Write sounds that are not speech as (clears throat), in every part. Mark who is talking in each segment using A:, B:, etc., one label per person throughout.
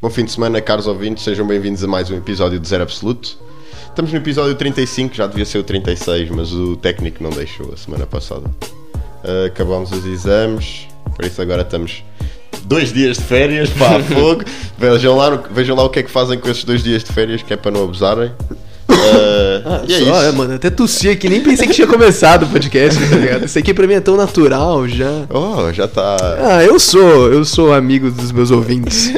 A: Bom fim de semana, caros ouvintes, sejam bem-vindos a mais um episódio de Zero Absoluto. Estamos no episódio 35, já devia ser o 36, mas o técnico não deixou a semana passada. Ah, acabámos os exames, por isso agora estamos dois dias de férias, pá,
B: (laughs)
A: fogo. Vejam lá, no- vejam lá o que é que fazem com esses dois dias de férias, que é para não abusarem. Ah, e é
B: Só,
A: isso.
B: é, mano, até tossi aqui, nem pensei que tinha começado o podcast, tá ligado? Isso aqui pra mim é tão natural já.
A: Oh, já está.
B: Ah, eu sou, eu sou amigo dos meus
A: (laughs)
B: ouvintes.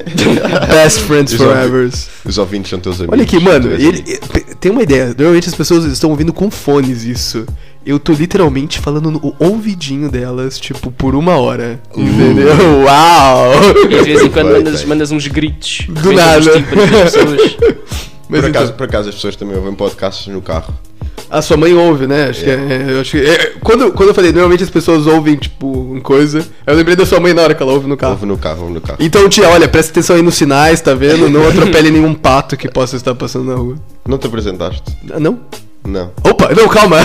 B: Best friends
A: Os ouvi-
B: forever.
A: Os ouvintes são teus amigos.
B: Olha aqui, mano,
A: Tu és
B: ele-
A: amigo.
B: ele- tem uma ideia. Normalmente as pessoas estão ouvindo com fones isso. Eu tô literalmente falando no ouvidinho delas, tipo, por uma hora.
A: Uh.
B: Entendeu?
A: (laughs)
B: Uau!
C: E de vez em quando
A: Vai,
C: mandas,
A: vai.
C: mandas uns gritos.
B: Do nada.
C: Tipo, pessoas.
A: (laughs)
B: Mas
A: por,
B: então,
A: acaso, por acaso as pessoas também ouvem podcasts no carro.
B: a sua mãe ouve, né? Acho que é, eu acho que- é, quando, quando eu falei, normalmente as pessoas ouvem, tipo, uma coisa. Eu lembrei da sua mãe na hora que ela ouve no carro.
A: Ouve no carro, ouve no carro.
B: Então, tia, olha, presta atenção aí nos sinais, tá vendo? (laughs) Não atropele nenhum pato que possa estar passando na rua.
A: Não te apresentaste?
B: Ah, Não?
A: Não.
B: Opa, não, (laughs) calma.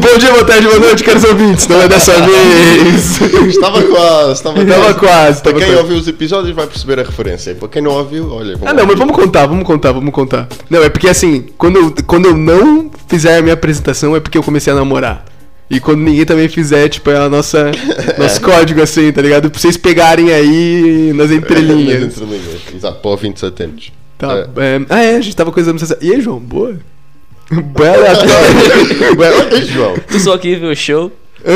B: Bom dia, boa tarde, boa noite, caros ouvintes. Não é (laughs) dessa vez.
A: Estava quase, estava
B: Tava
A: quase.
B: quase,
A: Para
B: tava
A: quem
B: quase.
A: ouviu os episódios vai perceber a referência. Para quem não ouviu, olha. vão
B: Ah, não,
A: ouvir.
B: mas vamos contar, vamos contar, vamos contar. Não, é porque assim, quando eu, quando eu não fizer a minha apresentação é porque eu comecei a namorar. E quando ninguém também fizer, tipo, é a (laughs) nossa, nosso código assim, tá ligado? Pra vocês pegarem aí nas
A: É, Nas
B: entrelinhas.
A: entrelinhas. Exato, para ouvintes atentos.
B: Tá,
A: É.
B: é, ah, é, a gente tava coisando. E aí, João, boa? (laughs)
A: (laughs)
B: Boa aleatória.
A: Ué, olha, João,
C: Estou só aqui a ver o show.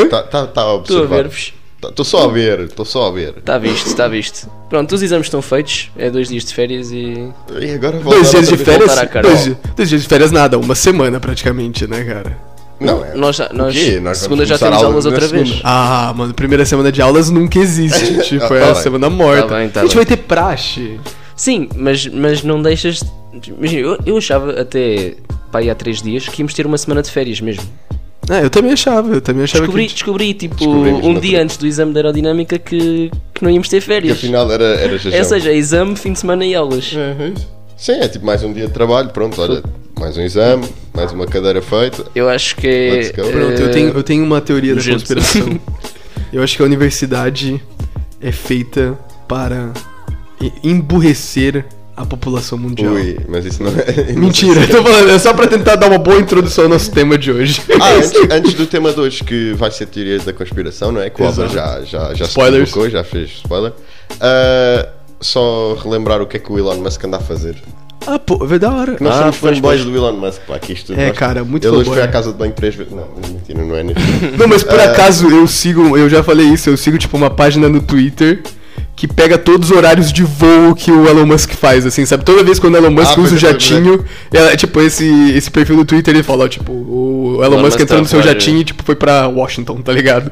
A: tá, tá, tá a
C: Estou a
A: observar.
C: ver-vos.
A: Estou só a ver, estou só a ver.
C: Está visto, está visto. Pronto, os exames estão feitos. É dois dias de férias e.
A: E agora voltar
B: Dois dias de
A: outra vez.
B: férias?
C: voltar à Carol.
B: Dois, di- dois dias de férias nada, uma semana praticamente, né, cara?
A: Não, é.
C: Nós, nós,
A: quê? Nós vamos
C: segunda já
A: começar
C: temos
A: aulas
C: aulas
A: na
C: outra vez.
A: segunda.
B: Ah, mano, primeira semana de aulas nunca existe.
A: (laughs)
B: tipo,
A: Tá
B: é a
A: bem.
B: semana morta.
C: Tá bem, tá
B: a gente
C: bem.
B: vai ter praxe.
C: Sim, mas, mas não deixas. Imagina, eu, eu achava até. Pá, aí há três dias que íamos ter uma semana de férias mesmo.
B: Ah, eu também achava, eu também achava
C: Descobri,
B: que.
C: descobri tipo,
A: Descobrimos
C: um
A: na
C: dia
A: altura.
C: antes do exame de aerodinâmica que, que não íamos ter
A: E
C: férias.
A: afinal era, era já. É.
C: Ou seja, é exame, fim de semana e aulas.
A: Sim, é tipo mais um dia de trabalho, pronto, olha, mais um exame, mais uma cadeira feita.
C: Eu acho que
A: Let's
C: é.
A: go.
B: Pronto, eu tenho, eu tenho uma teoria da
C: Nojento.
B: conspiração. eu acho que a universidade é feita para e- emburrecer a população mundial.
A: Ui, mas isso não é. não sei (laughs)
B: Mentira,
A: se-
B: eu tô falando, é só pra tentar dar uma boa introdução ao nosso tema de hoje.
A: Ah, antes, antes do tema de hoje, que vai ser teorias da conspiração, não é? Que o Alba
B: Exato.
A: já, já, já se
B: Spoilers.
A: colocou, já fez spoiler. Ah, só relembrar o que é que o Elon Musk anda a fazer.
B: Ah, pô, é da hora.
A: Nós
B: ah,
A: somos
B: pois,
A: fanboys do Elon Musk, pá, que isto.
B: É,
A: nós-
B: cara, muito
A: Ele hoje
B: fanboy.
A: foi à casa de banho três vezes. Não, mentira, não é nisso.
B: (laughs) Não, mas por acaso eu sigo, eu já falei isso, eu sigo tipo uma página no Twitter que pega todos os horários de voo que o Elon Musk faz, assim, sabe? Toda vez quando o Elon Musk
A: Ah,
B: usa o
A: pois é, pois é.
B: jatinho, é, tipo, esse, esse perfil do Twitter ele fala, ó, tipo, o Elon,
C: Elon
B: Musk
C: Musk
B: entrou no seu
A: tá
C: trabalha.
B: jatinho e tipo foi pra Washington, tá
A: (laughs)
B: ligado?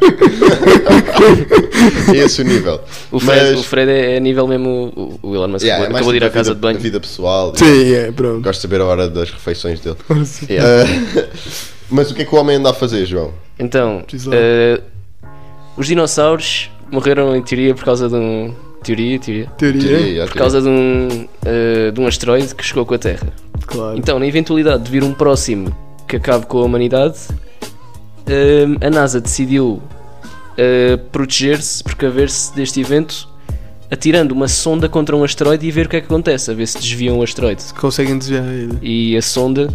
A: É esse o nível.
C: O Fred, o Fred é, é nível mesmo. o- O Elon Musk
A: Yeah, é
C: acabou,
A: mais
C: acabou de ir
A: tipo
C: à
A: a
C: casa
A: vida-
C: de banho.
A: a vida pessoal.
B: Sim, é, pronto.
A: Gosto de saber a hora das refeições dele.
C: Yeah.
A: Ah, (laughs) mas o que é que o homem anda a fazer, João?
C: Então,
B: Diz lá.
C: eh, os dinossauros morreram em teoria por causa de um. Teoria, teoria.
B: Teoria,
C: Por causa de um, eh, de um asteroide que chegou com a Terra.
B: claro.
C: Então, na eventualidade de vir um próximo que acabe com a humanidade, ehm, a NASA decidiu eh, proteger-se, precaver-se deste evento, atirando uma sonda contra um asteroide e ver o que é que acontece, a ver se desviam o asteroide.
B: Conseguem desviar ele.
C: E a sonda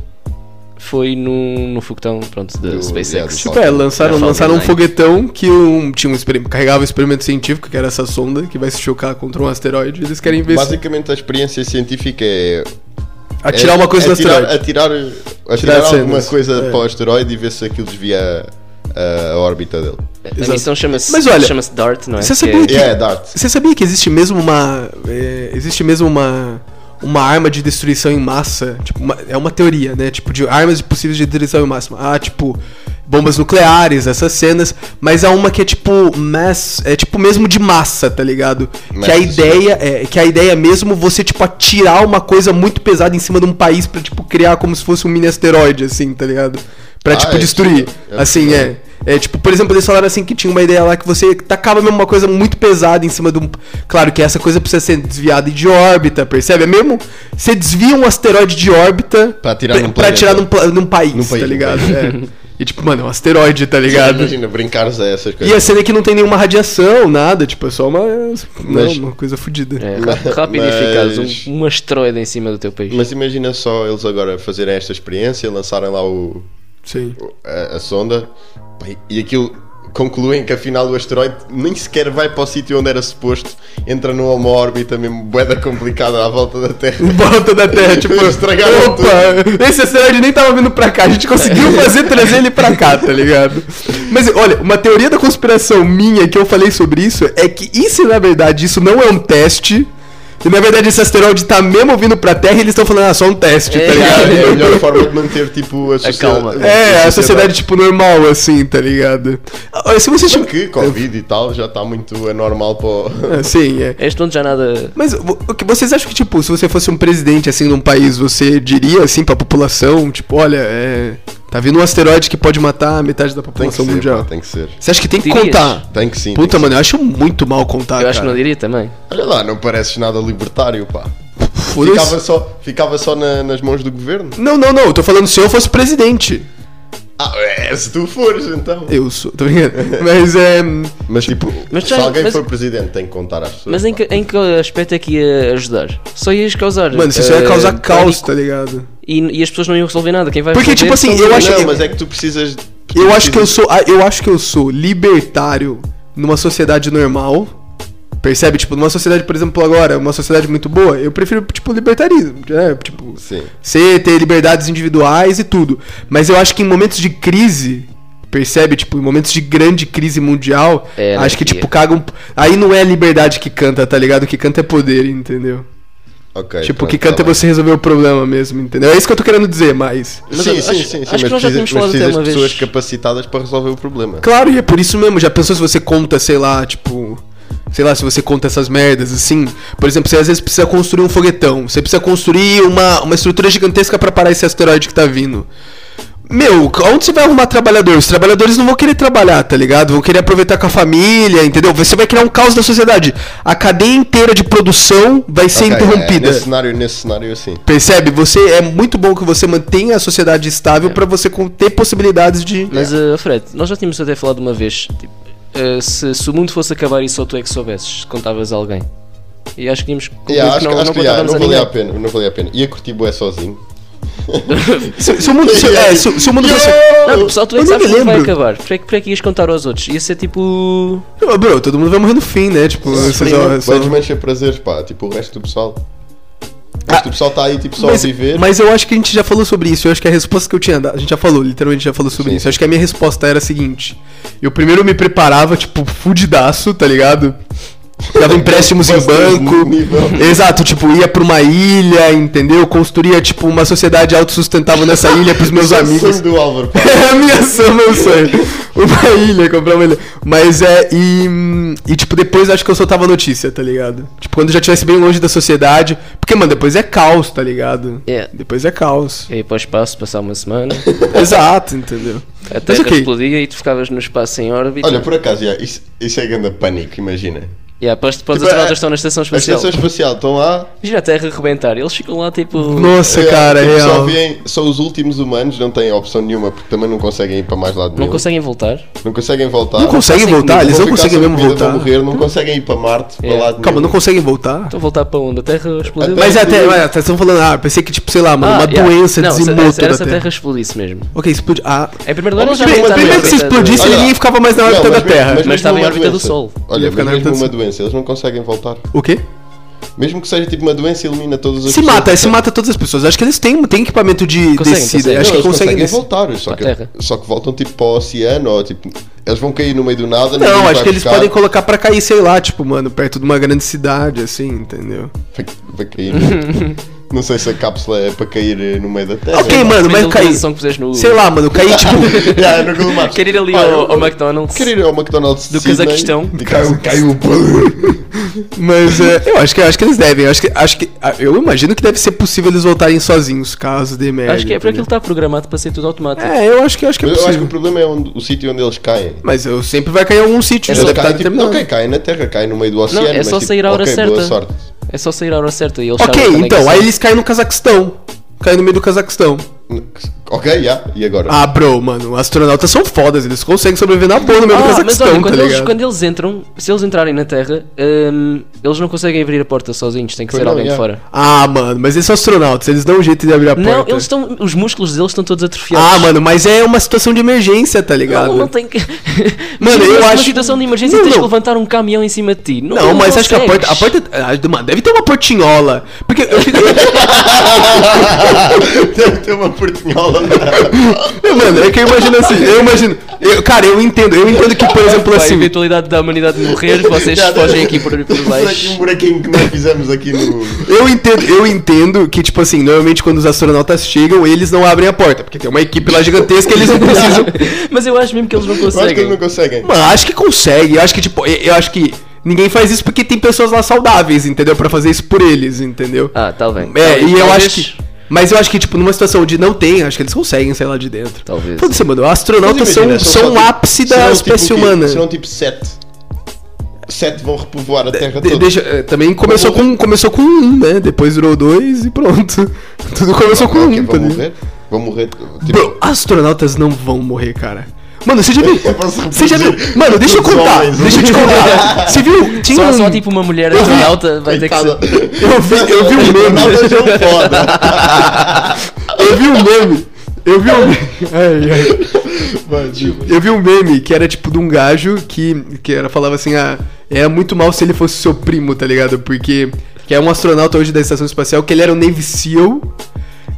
C: foi num, num foguetão, pronto, da
A: Do- yeah,
C: SpaceX.
A: do-
B: Tipo, é, lançaram,
C: É, Falcon
B: lançaram um
C: 9.
B: foguetão que um, tinha um experimento, carregava um experimento científico, que era essa sonda, que vai se chocar contra um asteroide, eles querem ver se
A: Basicamente a experiência científica é.
B: atirar uma coisa
A: é
B: do
A: atirar,
B: asteroide.
A: Atirar,
B: Tirar
A: atirar alguma
B: cenas.
A: coisa
B: É.
A: para o asteroide e ver se aquilo desvia a, a órbita dele.
C: A missão chama-se
B: Mas olha,
C: chama DART, não é?
B: você
C: Que
B: sabia
C: é-
B: que-
A: Yeah, Dart.
B: Você sabia que existe mesmo uma. é, existe mesmo uma. Uma arma de destruição em massa? Tipo, uma- é uma teoria, né? Tipo, de armas possíveis de destruição em massa. Ah, tipo, bombas nucleares, essas cenas. Mas há uma que é tipo mass. É tipo mesmo de massa, tá ligado?
A: Mass
B: que a
A: destruction.
B: ideia é que a ideia é mesmo você, tipo, atirar uma coisa muito pesada em cima de um país pra, tipo, criar como se fosse um mini asteroide, assim, tá ligado? Pra,
A: Ah,
B: tipo,
A: é,
B: destruir.
A: tipo, é,
B: assim,
A: é.
B: é. É, tipo, por exemplo, eles falaram assim que tinha uma ideia lá que você tacava mesmo uma coisa muito pesada em cima de um. Claro que essa coisa precisa ser desviada de órbita, percebe? É mesmo. Você desvia um asteroide de órbita
A: Pra atirar num
B: pra
A: planeta.
B: atirar num, pla- num país,
A: Num país,
B: tá
A: num
B: ligado?
A: país.
B: É. E tipo, mano, é um asteroide, tá ligado?
A: Imagina, brincares a essas
B: E
A: coisas.
B: a cena é que não tem nenhuma radiação, nada, tipo, é só uma, não,
A: Mas-
B: uma coisa fodida.
C: É,
A: (laughs)
C: rá- rápido e
A: Mas-
C: eficaz. Um, um asteroide em cima do teu país.
B: assim-
A: Mas imagina só eles agora fazerem esta experiência, lançarem lá o,
B: Sim.
A: a, a sonda Pá, e aquilo concluem que afinal o asteroide nem sequer vai para o sítio onde era suposto, entra numa órbita mesmo boeda complicada à volta da
B: (laughs)
A: Terra.
B: Volta da
A: (laughs)
B: Terra, tipo,
A: Estragaram
B: opa, esse asteroide nem tava vindo pra cá, a gente conseguiu
A: É.
B: fazer trazer ele pra cá, tá ligado? Mas olha, uma teoria da conspiração minha que eu falei sobre isso é que e se na verdade isso não é um teste? E na verdade esse asteroide tá mesmo vindo pra Terra e eles estão falando, ah, só um teste,
C: É,
B: tá ligado?
A: É a melhor forma de manter tipo a
C: calma.
A: sociedade.
B: É, a sociedade, tipo, normal, assim, tá ligado? Olha, se vocês...
A: Só que Covid e tal já está muito anormal para
B: (laughs)
A: o-
B: Ah, Sim, é.
C: Este onde já nada.
B: Mas vo- o que vocês acham que, tipo, se você fosse um presidente, assim, num país, você diria, assim, pra população, tipo, olha, é... Tá vindo um asteroide que pode matar metade da
A: Tem que
B: população
A: ser,
B: mundial.
A: pá, tem que ser.
B: Você acha que tem que
C: Dirias?
B: contar?
A: Tem que sim.
B: Puta,
A: tem que
B: mano, eu acho muito mal contar,
C: Eu acho que
B: Ah, cara.
C: não diria também.
A: ser. Olha lá, não pareces nada libertário, pá.
B: Foda-se.
A: Ficava assim. só, ficava só na- nas mãos do governo.
B: Não, não, não, eu tô falando se eu fosse presidente.
A: Ah, é, se tu fores então.
B: Eu sou, tô brincando.
A: (laughs)
B: Mas, é...
A: Mas tipo,
C: Mas
A: se
C: já-
A: alguém
C: mas-
A: for presidente tem que contar às pessoas.
C: Mas em
A: pá.
C: que, em que aspecto é que ia ajudar? Só ias causar.
B: Mano, se isso ia
C: eh,
B: causar caos,
C: pânico
B: tá ligado?
C: E, e as pessoas não iam resolver nada. Quem vai
B: Porque,
C: resolver
B: tipo assim,
C: são-
B: eu acho
A: não,
B: que-
A: mas é que tu precisas. tu
B: Eu acho que eu
A: precisas-
B: sou, ah, eu acho que eu sou libertário numa sociedade normal. Percebe? Tipo, numa sociedade, por exemplo, agora, uma sociedade muito boa, eu prefiro, tipo, libertarismo, né? Tipo,
A: Sim.
B: ser, ter liberdades individuais e tudo. Mas eu acho que em momentos de crise, percebe? Tipo, em momentos de grande crise mundial,
C: É, né,
B: acho que,
C: que-
B: tipo, cagam. Aí não é a liberdade que canta, tá ligado? O que canta é poder, entendeu?
A: Ok.
B: tipo, o
A: pronto,
B: que
A: tá
B: canta é
A: bem.
B: você resolver o problema mesmo, entendeu? É isso que eu tô querendo dizer, mas.
C: Mas
A: sim,
C: eu-
A: sim,
C: acho-
A: sim, sim,
C: acho
A: mas
C: que nós já
A: precisas, mas
C: tínhamos falado
A: precisas
C: até uma
A: de pessoas
C: vez.
A: capacitadas para resolver o problema.
B: Claro, e é por isso mesmo. Já pensou se você conta, sei lá, tipo. Sei lá, se você conta essas merdas assim. Por exemplo, você às vezes precisa construir um foguetão. Você precisa construir uma, uma estrutura gigantesca pra parar esse asteroide que tá vindo. Meu, onde você vai arrumar trabalhador? Os trabalhadores não vão querer trabalhar, tá ligado? Vão querer aproveitar com a família, entendeu? Você vai criar um caos na sociedade. A cadeia inteira de produção vai ser
A: Ok, é,
B: interrompida.
A: nesse cenário, nesse cenário assim.
B: Percebe? Você é muito bom que você mantenha a
A: É.
B: sociedade estável pra você con- ter possibilidades de.
C: Mas, eh, Fred, nós já tínhamos até falado uma vez. tipo, eh, se, se o mundo fosse acabar e só tu é que soubesses, contavas a alguém. E acho que tínhamos concluído
A: Yeah, acho,
C: que não,
A: acho
C: não
A: que yeah,
C: contávamos
A: não
C: a
A: valia a
C: ninguém.
A: pena, não valia a pena. Ia curtir bué sozinho.
C: (laughs)
B: Se, se o (laughs) mundo. Se, é, se- se o mundo fosse-
C: Não, porque só tu é
B: Eu
C: que
B: nem
C: sabes
B: me
C: quando vai
B: lembro.
C: acabar. Por é que, por é que ias contar aos outros? Ia ser tipo.
B: Ô, Bro, todo mundo vai morrer no fim, né? Tipo, vocês ó, só-
A: Vai desmanchar prazeres, pá. Tipo, o resto do pessoal. O resto do pessoal está aí, tipo, só
B: mas,
A: a viver.
B: mas eu acho que a gente já falou sobre isso. Eu acho que a resposta que eu tinha dado. A gente já falou, literalmente já falou sobre
A: Sim.
B: isso. Eu acho que a minha resposta era a seguinte: eu primeiro me preparava, tipo, fudidaço, tá ligado? Dava empréstimos em
A: Bastante
B: banco.
A: nível.
B: Exato, tipo, ia pra uma ilha, entendeu? Construía, tipo, uma sociedade
A: (laughs)
B: autossustentável nessa ilha pros meus
A: Isso é o sonho
B: amigos.
A: do Álvaro, pá.
B: É (laughs) a minha ação, meu sonho. Uma ilha, comprar uma ilha. Mas é, e, hum, e tipo, depois acho que eu soltava a notícia, tá ligado? Tipo, quando eu já estivesse bem longe da sociedade. Porque, mano, depois é caos, tá ligado?
C: É.
B: Depois é
C: (laughs)
B: caos.
C: Ia para o espaço, passar uma
B: (laughs)
C: semana,
B: Exato, entendeu?
C: a Terra
B: ok.
C: explodia e tu ficavas no espaço em órbita.
A: Olha, por acaso, yeah, isso, isso é grande pânico, imagina.
C: E aposto que podes
A: Tipo,
C: astronautas
A: é-
C: estão na estação
A: A
C: espacial.
A: estação espacial estão lá,
C: Imagina a Terra arrebentar, eles ficam lá tipo.
B: Nossa,
A: É,
B: cara, é
A: tipo, Só
B: real.
A: vêm- são os últimos humanos, não têm opção nenhuma, porque também não conseguem ir para mais lado
C: Não
A: nenhum.
C: conseguem voltar.
A: Não conseguem voltar.
B: Não conseguem
C: Não conseguem
B: voltar,
A: Vão
B: eles não
A: ficar
B: conseguem
A: sem
B: mesmo
A: comida, vão
B: voltar.
A: morrer, não conseguem ir para Marte,
C: É.
A: para lado
B: Calma, não
A: nenhum.
B: conseguem voltar?
C: Estão a voltar para onde? A Terra explodiu.
A: Até-
B: Mas é até, mas até estão falando, ah, pensei que, tipo, sei lá, mano,
C: Ah,
B: uma
C: yeah.
B: doença
C: não, se-
B: dizimou
C: se, era
B: toda a
C: se a Terra é
B: Terra.
C: explodisse mesmo.
B: Ok, explode. Ah,
C: Em primeiro lugar,
A: Mas
C: eles já
A: bem-
C: não
A: mas
C: estavam
A: bem
C: em
A: que se
C: órbita de-
B: explodisse,
A: Olha lá.
B: ninguém ficava mais na
A: Não,
B: órbita da
A: mesmo-
B: Terra.
A: mesmo
C: Mas estava em
A: uma
C: órbita do
A: doença.
C: Sol.
B: Ia
A: Olha, mas
B: ficar na
A: mesmo
B: órbita do
A: uma
B: Sol.
A: doença, eles não conseguem voltar.
B: o quê?
A: Mesmo que seja tipo uma doença, elimina todas as
B: Se
A: pessoas.
B: mata, se mata todas as pessoas. Acho que eles têm, têm equipamento de
C: Conseguem,
B: descida.
A: Não,
B: Acho
C: conseguem.
B: que
A: eles
B: conseguem.
A: conseguem
B: desse-
A: voltar, só que,
C: Para a Terra.
A: só que voltam tipo para o oceano, ou tipo, eles vão cair no meio do nada. ninguém
B: Não,
A: vai
B: acho que eles
A: buscar,
B: podem colocar pra cair, sei lá, tipo, mano, perto de uma grande cidade, assim, entendeu?
A: vai- vai cair. né?
C: (laughs)
A: Não sei se a cápsula é para cair eh, no meio da Terra.
B: Ok,
A: (laughs)
B: mano, mas
C: Depende da
B: cair.
C: localização que fizeres no-
B: Sei lá, mano, cair, tipo.
A: yeah, no Google Maps.
C: Quer ir ali
A: Ah,
C: ao, ao
A: eu-
C: McDonald's.
A: Quer ir ao McDonald's
C: Do
A: de Sydney,
C: Cazaquistão.
A: e Caiu, caiu o pão.
B: Mas é, eu acho que eu acho que eles devem. Eu acho que, acho que, ah, eu imagino que deve ser possível eles voltarem sozinhos, caso dê merda.
C: Acho que é para aquilo
B: entendeu?
C: está programado para ser tudo automático.
B: É, eu acho que acho que é
A: Eu acho que
B: possível.
A: o problema é onde- o sítio onde eles caem.
B: Mas eu sempre vai cair em algum sítio, tá
A: Eles
B: já deve estar
A: caem, tipo,
B: determinado.
A: ok, caem na terra, caem no meio do oceano.
C: Não, é
A: mas,
C: só
A: tipo,
C: sair à hora
A: ok,
C: certa.
A: Boa sorte.
C: É só sair à hora certa e eles
B: Ok,
C: sabem quando é que
B: então,
C: sai.
B: aí eles caem no Cazaquistão. Caem no meio do Cazaquistão.
A: Ok, já. E agora?
B: Ah, bro, mano, astronautas são fodas, eles conseguem sobreviver na porra no meio do
C: Ah, mas
B: Cazaquistão,
C: olha,
B: tá
C: quando, eles,
B: ligado?
C: quando eles entram, se eles entrarem na Terra, hum, eles não conseguem abrir a porta sozinhos, tem que
A: Pois
C: ser
A: não,
C: alguém de
A: yeah.
C: fora.
B: Ah, mano, mas eles são astronautas, eles dão um jeito de abrir a porta.
C: Não, eles estão. Os músculos deles estão todos atrofiados.
B: Ah, mano, mas é uma situação de emergência, tá ligado?
C: Não, não tem que. (laughs)
B: Mano,
C: Se
B: eu
C: fosse uma
B: acho-
C: situação de emergência
B: Não,
C: tens que
B: não.
C: levantar um caminhão em cima de ti. Não,
B: Não,
C: não
B: mas acho que a porta. A
C: consegues.
B: porta ah, mano, deve ter uma portinhola. Porque eu fico. (laughs)
A: Deve ter uma portinhola.
B: mano, é que eu imagino assim. Eu imagino. eu- cara, eu entendo. Eu entendo que, por exemplo,
C: Pá, a
B: assim. é
C: eventualidade da humanidade
B: (laughs)
C: morrer, vocês
A: Já,
C: fogem aqui por, por
A: Aqui um
C: baixo.
A: buraquinho que nós fizemos aqui no.
B: Eu entendo, eu entendo que, tipo assim, normalmente quando os astronautas chegam, eles não abrem a porta. Porque tem uma equipe lá gigantesca e eles não precisam.
C: (laughs) Mas eu acho mesmo que eles não
A: Eu acho que eles não
C: conseguem.
A: conseguem.
B: Mano, acho que consegue. Eu acho que, tipo, eu eu acho que ninguém faz isso porque tem pessoas lá saudáveis, entendeu? Pra fazer isso por eles, entendeu?
C: Ah, tá bem.
B: É,
C: Talvez-
B: e eu
C: talvez-
B: acho que. Mas eu acho que, tipo, numa situação onde não tem, acho que eles conseguem sair lá de dentro.
C: Talvez.
B: Foda-se, mano. Astronautas
A: Mas imagina,
B: são, são
A: só
B: o
A: tipo-
B: um- ápice
A: serão
B: da espécie
A: tipo o quê?
B: humana.
A: Serão tipo 7. 7 vão repovoar a Terra
B: De-
A: toda.
B: deixa- é, também começou
A: Vou
B: com, começou com um, né? Depois virou dois e pronto. (laughs) Tudo começou com
A: Ah,
B: um.
A: ok,
B: tá
A: vão
B: ligado?
A: morrer. Vão morrer. Tipo,
B: Bro, astronautas não vão morrer, cara. Mano, você já viu.
A: (laughs) Eu posso
B: Você já viu.
A: reproduzir
B: Mano, deixa eu
A: todos os
B: contar.
A: homens.
B: Deixa eu
A: (laughs)
B: te contar. Você viu? Tinha
C: Só,
B: um...
C: só tipo uma mulher
B: vi-
C: astronauta vai ter que
A: coitada.
C: ser.
B: Eu vi, eu vi um
A: Astronautas
B: meme.
A: são é foda.
B: (laughs) Eu vi um meme. Eu vi um meme. (laughs) Ai, ai.
A: Mano, tipo,
B: Eu vi um meme que era tipo de um gajo que, que era, falava assim, ah, era muito mal se ele fosse seu primo, tá ligado? Porque que é um astronauta hoje da estação espacial, que ele era um Navy SEAL.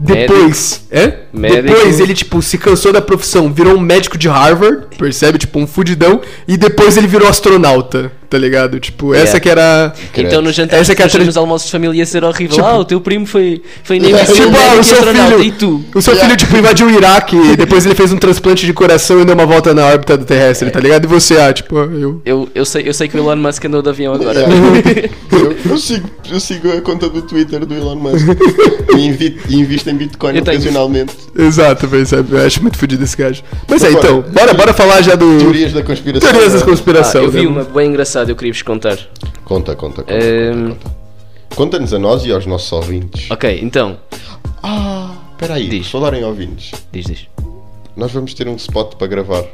B: Depois, é?
C: Médico.
B: Depois ele tipo se cansou da profissão, virou um médico de Harvard, percebe? Tipo um fudidão e depois ele virou astronauta, tá ligado? Tipo, essa
C: Yeah.
B: que era
C: Então no jantar,
B: Essa
C: Essa
B: é que é a tra-
C: nos almoços de família ia ser horrível.
B: Tipo-
C: Ah, o teu primo foi,
B: (laughs)
C: foi nem
A: Tipo,
C: tipo,
B: ah, o seu
C: astronauta
B: filho-
C: e tu.
B: O seu
A: Yeah.
B: filho, tipo, invadiu o Iraque e depois ele fez um transplante de coração e deu uma volta na órbita do terrestre, tá ligado? E você, ah, tipo, ah, eu.
C: Eu, eu, sei, eu sei que o Elon Musk andou de
B: (laughs)
C: avião
B: É
C: agora.
A: (laughs) eu, eu sigo, eu sigo a conta do Twitter do Elon Musk e invi- e invisto em Bitcoin
C: Eu tenho.
A: ocasionalmente.
B: Exato, percebe? Eu acho muito fodido esse gajo. Mas é,
A: Mas,
B: então,
A: olora,
B: bora, bora falar já do.
A: Teorias da conspiração.
B: Teorias das
A: né?
C: Ah,
B: conspiração.
C: eu vi
B: né?
C: uma bem engraçada, eu queria vos contar.
A: Conta, conta, conta.
B: É.
C: Ehm,
A: conta, conta. Conta-nos a nós e aos nossos ouvintes.
C: ok, então.
A: Ah, peraí,
C: Diz.
A: por falar em ouvintes.
C: Diz, diz.
A: Nós vamos ter um spot para gravar.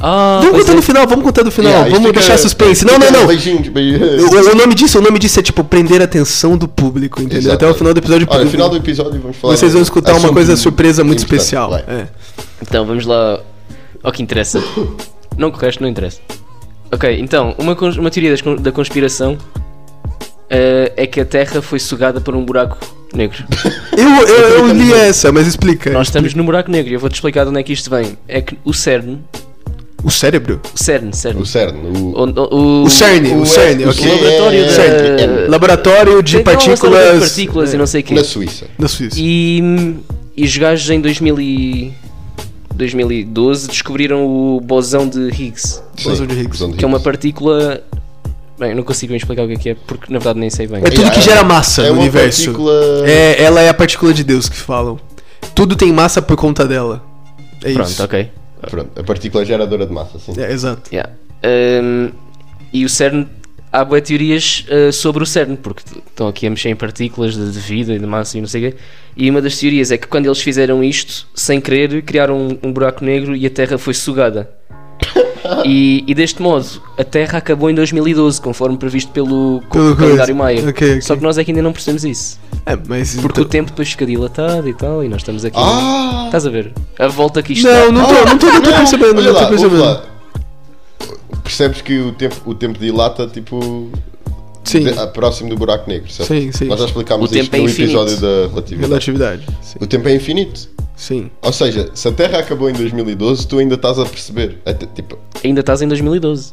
C: Ah,
B: Vamos
C: pois
B: contar
C: é.
B: no final, vamos contar no final.
A: Yeah, isto
B: vamos
A: fica-
B: deixar suspense. Não,
A: fica
B: não, não.
A: Beijinhos, beijinhos.
B: O, o nome disso, o nome disso é tipo prender a atenção do público, entendeu?
A: (laughs) Exato.
B: Até o final do episódio.
A: Olha, no final do episódio um vamos falar.
B: Vocês vão escutar uma
A: assunto
B: coisa surpresa muito
A: importante.
B: especial.
A: tá. Vai.
B: É.
C: Então vamos lá ao que interessa. Não que o resto não interessa. Ok, então, uma, cons- uma teoria das con- da conspiração eh, é que a Terra foi sugada por um buraco
B: (laughs)
C: negro.
B: Eu, eu, eu li essa, mas explica.
C: Nós estamos num buraco negro e eu vou-te explicar de onde é que isto vem. É que o CERN.
B: O cérebro?
C: O CERN, CERN.
A: O CERN. O...
C: onde- o,
B: O CERN, o,
A: o-
B: CERN,
A: o-
B: ok.
A: o-
C: laboratório da-
A: CERN.
B: É, Laboratório de
C: Tem lá uma série de
B: partículas.
C: partículas
A: né?
C: e não sei o quê.
A: Na Suíça.
B: Na Suíça.
C: E, e os gajos em 2000 e- 2012 descobriram o bosão de Higgs.
B: Bosão de Higgs.
A: bosão de
C: Que é uma partícula. Bem, eu não consigo bem explicar o que é que é, porque na verdade nem sei bem.
B: É tudo que
A: É,
B: gera massa
A: é
B: no
A: uma
B: universo.
A: partícula-
B: É, ela é a partícula de Deus que falam. Tudo tem massa por conta dela. É
C: Pronto,
B: isso.
C: ok.
A: Pronto, a partícula geradora de massa, sim.
B: É, exato.
C: Yeah. Hum, e o CERN. Há boas teorias eh, sobre o CERN, porque t- estão aqui a mexer em partículas de, de vida e de massa e não sei o quê. E uma das teorias é que quando eles fizeram isto, sem querer, criaram um, um buraco negro e a Terra
B: (laughs)
C: foi sugada. e, e deste modo, a Terra acabou em 2012, conforme previsto pelo, co-
B: Pelo coisa.
C: calendário Maia.
B: Ok, ok.
C: Só que nós é que ainda não percebemos isso.
B: É, mas.
C: Porque
B: então-
C: o tempo depois fica dilatado e tal, e nós estamos aqui.
A: Ah!
C: Estás a ver? A volta que isto
B: Não,
C: dá.
B: Tá não tô, não tô, não tô percebendo,
A: Olha
B: não tô
A: lá, ouve
B: percebendo.
A: lá. Percebes que o tempo, o tempo dilata, tipo.
B: Sim.
A: de- a- próximo do buraco negro, certo?
B: Sim, sim.
A: Nós já explicámos
C: O tempo
A: isto
C: é
A: no
C: infinito.
A: episódio da relatividade.
B: Relatividade. Sim.
A: O tempo é infinito.
B: Sim.
A: Ou seja, se a Terra acabou em 2012, tu ainda estás a perceber. Até, tipo,
C: Ainda estás em 2012.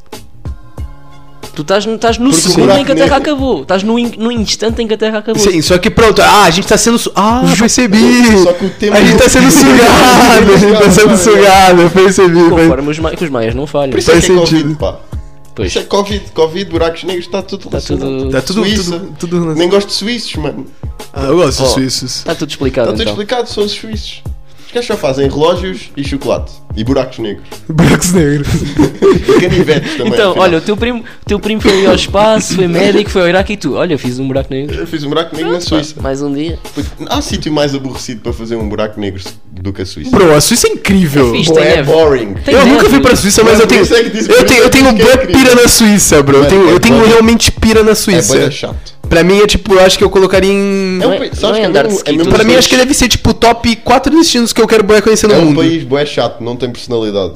C: Tu estás, no- estás no
A: Porque o
C: segundo em
A: buraco
C: que a Terra
A: negro-
C: acabou. Estás no, in- no instante em que a Terra acabou.
B: Sim, só que pronto. Ah, a gente tá sendo. su- Ah, percebi!
A: (laughs) Só que o tempo-
B: A gente tá sendo sugado! A gente tá sendo sugado, eu percebi. mas-
C: Conforme os, ma que os maias não falham.
A: por isso é
B: Faz
A: que é
B: sentido.
A: Covid, pá. Por
C: Pois.
A: isso é Covid, Covid, buracos negros, está tudo
C: Está tudo,
B: Tá tudo,
A: Suíça.
B: tudo, tudo relacionado.
A: Nem gosto de suíços, mano.
B: Ah, eu gosto de
C: Oh.
B: suíços.
C: tá tudo
A: Está
C: explicado
A: tudo
C: então.
A: explicado, são os suíços. Os gajos só fazem relógios e chocolate. E buracos negros.
B: Buracos negros.
A: E canivetes também.
C: Então,
A: afinal.
C: olha, o teu primo, o teu primo foi ao espaço, foi médico, foi ao Iraque e tu, olha, fiz um buraco negro.
A: Eu fiz um buraco negro na Suíça.
C: Mais um dia.
A: Porque Há sítio mais aborrecido para fazer um buraco negro do que a Suíça.
B: Bro, a Suíça é incrível.
C: É fixe.
A: Boa, é
C: neve.
A: boring.
C: Tem-
B: eu
C: neve.
B: nunca fui pra Suíça, mas
A: Mas
B: eu
A: por
B: tenho.
A: isso é que diz- por
B: Eu
A: isso
B: tenho, eu
A: é que
B: tenho
A: diz que é
B: boa
A: incrível.
B: pira na Suíça, bro. Eu
A: Mano,
B: tenho,
A: é
B: eu tenho
A: boa.
B: realmente pira na
A: É
B: Suíça.
A: boa chato.
B: Pra mim é tipo, eu acho que eu colocaria em.
A: É um
C: Não é-
A: país-
C: não é
A: sabes que
C: andar de
A: mesmo-
C: ski,
A: mesmo
C: tudo
B: Pra mim
A: assim,
B: acho que deve ser tipo top 4 destinos que eu quero bué conhecer no
A: É um
B: mundo.
A: país bué chato, não tem personalidade.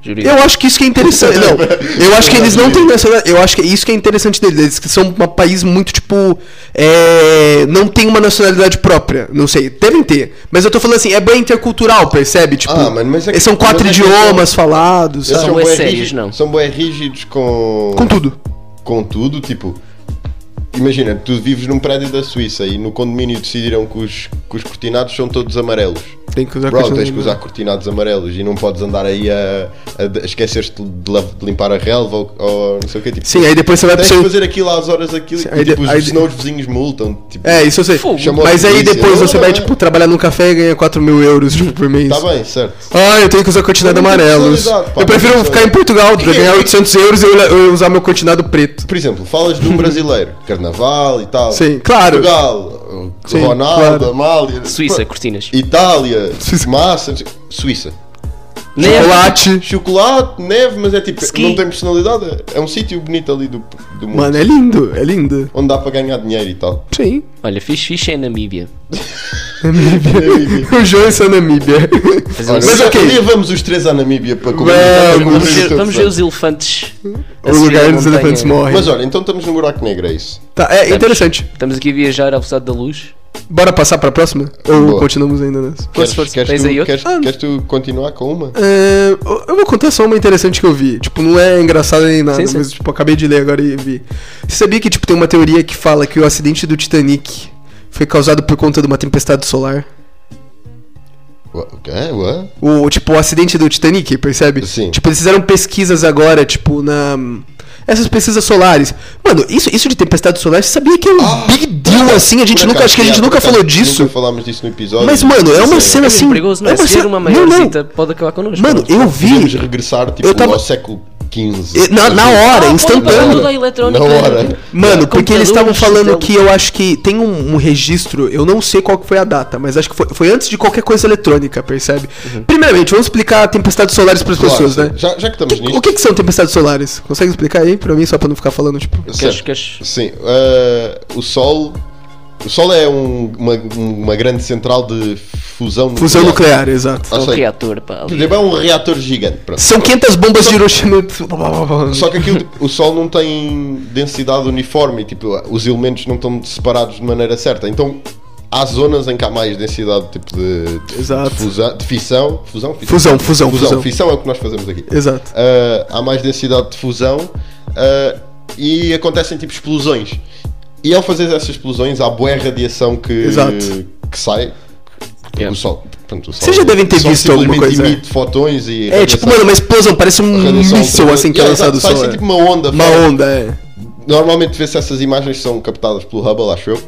C: Júri.
B: Eu acho que isso que é
A: (laughs)
B: interessante. Não, eu acho que eles não
A: É
B: têm nacionalidade. Eu acho que isso que é interessante deles. Eles que são um país muito, tipo. é, não tem uma nacionalidade própria. Não sei. Devem ter. Mas eu tô falando assim, é bem intercultural, percebe? Tipo,
A: Ah, mano, mas é que-
B: são quatro
A: mas é que é
B: idiomas falados.
A: Eles
B: sabe?
C: bué
A: bué
C: sérios,
A: rígidos-
C: não.
A: São bué rígidos com...
B: Com tudo.
A: com tudo, tipo. Imagina, tu vives num prédio da Suíça e no condomínio decidiram que os, que os cortinados são todos amarelos.
B: Tem que usar
A: Bro, tá
B: questão
A: tens
B: de-
A: que usar cortinados amarelos e não podes andar aí a, a de- esquecer-te de, la- de limpar a relva ou, ou não sei o que. Tipo,
B: Sim, aí depois você vai pro
A: tens que
B: seu.
A: fazer aquilo às horas daquilo
B: Sim,
A: e
B: aí de-
A: tipo, os,
B: aí de-
A: senão os vizinhos multam. Tipo,
B: É, isso eu sei.
C: Fogo.
A: Chamou a
B: Mas aí
A: polícia.
B: depois
A: Não,
B: você
A: não,
B: vai,
A: não.
B: tipo, trabalhar num café e ganha 4 mil euros, tipo, por mês.
A: Tá bem, certo.
B: Ah, eu tenho que usar cortinado
A: Mas não tem
B: amarelo.
A: personalidade, pá,
B: Eu
A: não
B: prefiro
A: tem
B: ficar em Portugal,
A: Que que é
B: ganhar
A: isso?
B: 800 euros e eu, eu usar meu cortinado preto.
A: Por exemplo, falas de um
B: (laughs)
A: brasileiro, carnaval e tal.
B: Sim, claro.
A: Portugal,
B: Sim,
A: Ronaldo,
B: claro.
A: Amália.
C: Suíça, cortinas.
A: Itália,
B: Suíça.
A: massa, não sei- Suíça. é
C: Neve.
B: Chocolate.
A: Chocolate, neve, mas é tipo,
C: Ski.
A: não tem personalidade. É um sítio bonito ali do, do mundo.
B: Mano, é lindo, é lindo.
A: Onde dá para ganhar dinheiro e
B: (laughs)
A: tal.
B: Sim.
C: Olha, fiz ficha em Namíbia.
A: Namíbia.
B: o João está na Namíbia.
C: Fazer um-
A: Olha,
B: (laughs) Mas
A: um
B: ok.
A: dia vamos os três à Namíbia para comer.
B: Vamos,
C: Vamos
B: Mas
C: ver, vamos ver os elefantes. a
B: o
C: subir
B: lugar
C: a
A: tá
B: dos
C: montanha.
B: elefantes morre.
A: Mas olha, então estamos no buraco negro, é isso.
B: Tá, é interessante.
C: Estamos aqui a viajar ao velocidade da luz.
B: Bora passar pra próxima? Ou
A: Boa.
B: continuamos ainda nessa?
C: Força, força. Tens
A: tu,
C: aí outro?
A: queres,
B: Ah.
A: queres tu continuar com uma?
B: É, eu- eu vou contar só uma interessante que eu vi. Tipo, não é engraçada nem nada,
C: Sim, sim.
B: mas tipo, eu acabei de ler agora e vi. Você sabia que tipo, tem uma teoria que fala que o acidente do Titanic foi causado por conta de uma tempestade solar?
A: Ué, Ok, ué.
B: O, tipo, o acidente do Titanic, percebe?
A: Sim.
B: Tipo, eles fizeram pesquisas agora, tipo, na. Essas pesquisas solares. Mano, isso, isso de tempestade solar, você sabia que é um
A: Ah,
B: big deal assim? A gente
A: Por
B: nunca.
A: acaso,
B: acho que a gente
A: já, por
B: nunca
A: acaso,
B: falou disso.
A: Nunca falámos disso no episódio.
B: Mas, mano, é uma cena
C: É
B: assim.
C: mesmo perigoso, não é?
B: uma
C: Se vier
B: cena-
C: uma
B: não, não.
C: maiorcita, pode acabar connosco.
B: Mano, eu
A: Podemos
B: vi.
A: regressar tipo,
B: Eu tava-
A: ao século Assim. XV.
B: e- Na, na
C: Ah,
B: hora, é instantâneo.
C: Toda a eletrônica. né?
A: Na hora.
B: Mano, porque eles estavam
C: Computadores,
B: falando
C: tele-
B: que eu acho que tem um, um registro, eu não sei qual que foi a data, mas acho que foi, foi antes de qualquer coisa eletrônica, percebe? Primeiramente, vamos explicar tempestades solares para as
A: Ah, Claro,
B: pessoas, né?
A: Já, já que estamos
B: Que-
A: nisto.
B: o que, que são tempestades solares? Consegue explicar aí pra mim, só pra não ficar falando, tipo.
C: Queres-
A: Certo.
C: queres-
A: Sim, eh, o Sol. O Sol é um- uma, uma grande central de fusão nuclear.
B: Fusão nuclear, exato.
A: Ou
C: É um
A: seja,
C: reator, pá. ali.
A: por exemplo, é um reator gigante. Pronto.
B: São 500 bombas de Hiroshima.
A: Só que aquilo, o Sol não tem densidade uniforme, e, tipo, os elementos não estão separados de maneira certa. Então há zonas em que há mais densidade tipo, de, de,
B: Exato.
A: de fusa- de fissão. Fusão, fissão.
B: Fusão, fusão, fusão.
A: Fissão é o que nós fazemos aqui.
B: (laughs) Exato.
A: Uh, há mais densidade de fusão uh, e acontecem tipo explosões. E ao fazer essas explosões há boa radiação que,
B: Exato.
A: que sai.
C: Yeah.
A: O sol, portanto, o sol-
B: Vocês já devem ter
A: o sol
B: visto alguma
A: simplesmente
B: coisa.
A: emite fotões e
B: É tipo, mano, uma explosão, parece um míssil assim que é lançado do
A: Sai
B: sol.
A: assim,
B: é.
A: tipo uma onda.
B: Uma
A: fora.
B: onda, é.
A: Normalmente vê-se essas imagens que são captadas pelo Hubble, acho eu.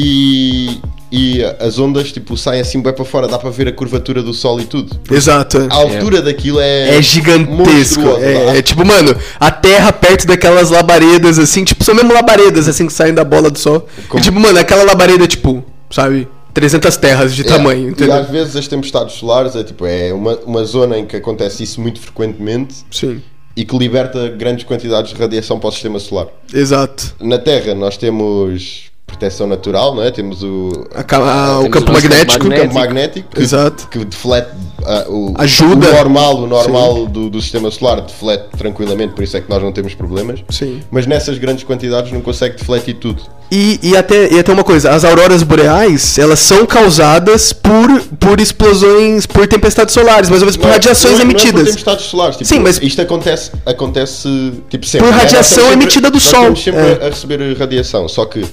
A: E, e as ondas tipo saem assim bem para fora, dá para ver a curvatura do sol e tudo.
B: Exato. é.
A: A altura daquilo é
B: É gigantesco.
A: monstruosa.
B: É, é tipo, mano, a terra perto daquelas labaredas, assim, tipo, são mesmo labaredas, assim, que saem da bola do sol.
A: Como-
B: E, tipo, mano, aquela labareda, tipo, sabe, 300 terras de tamanho,
A: É, E
B: entendeu?
A: às vezes as tempestades solares é tipo é uma, uma zona em que acontece isso muito frequentemente
B: Sim,
A: e que liberta grandes quantidades de radiação para o sistema solar.
B: exato.
A: Na Terra nós temos proteção natural, não é? Temos o
B: A ca- a- o
C: Temos
B: campo
C: o nosso campo
A: o
B: magnético.
A: campo
C: magnético.
A: magnético que,
B: Exato.
A: que deflete ah, o,
B: Ajuda.
A: o normal, o normal do, do sistema solar deflete tranquilamente, por isso é que nós não temos problemas.
B: Sim.
A: Mas nessas grandes quantidades não consegue defletir tudo.
B: E, e, até, e até uma coisa, as auroras boreais, elas são causadas por, por explosões, por tempestades solares, mais ou menos por
A: Não é-
B: radiações
A: não é- não é por
B: emitidas.
A: tempestades solares. Tipo,
B: Sim, mas-
A: Isto acontece, acontece tipo, sempre.
B: Por radiação
A: Nós estamos
B: emitida do
A: nós
B: Sol.
A: estamos sempre
B: É.
A: a receber radiação, só que...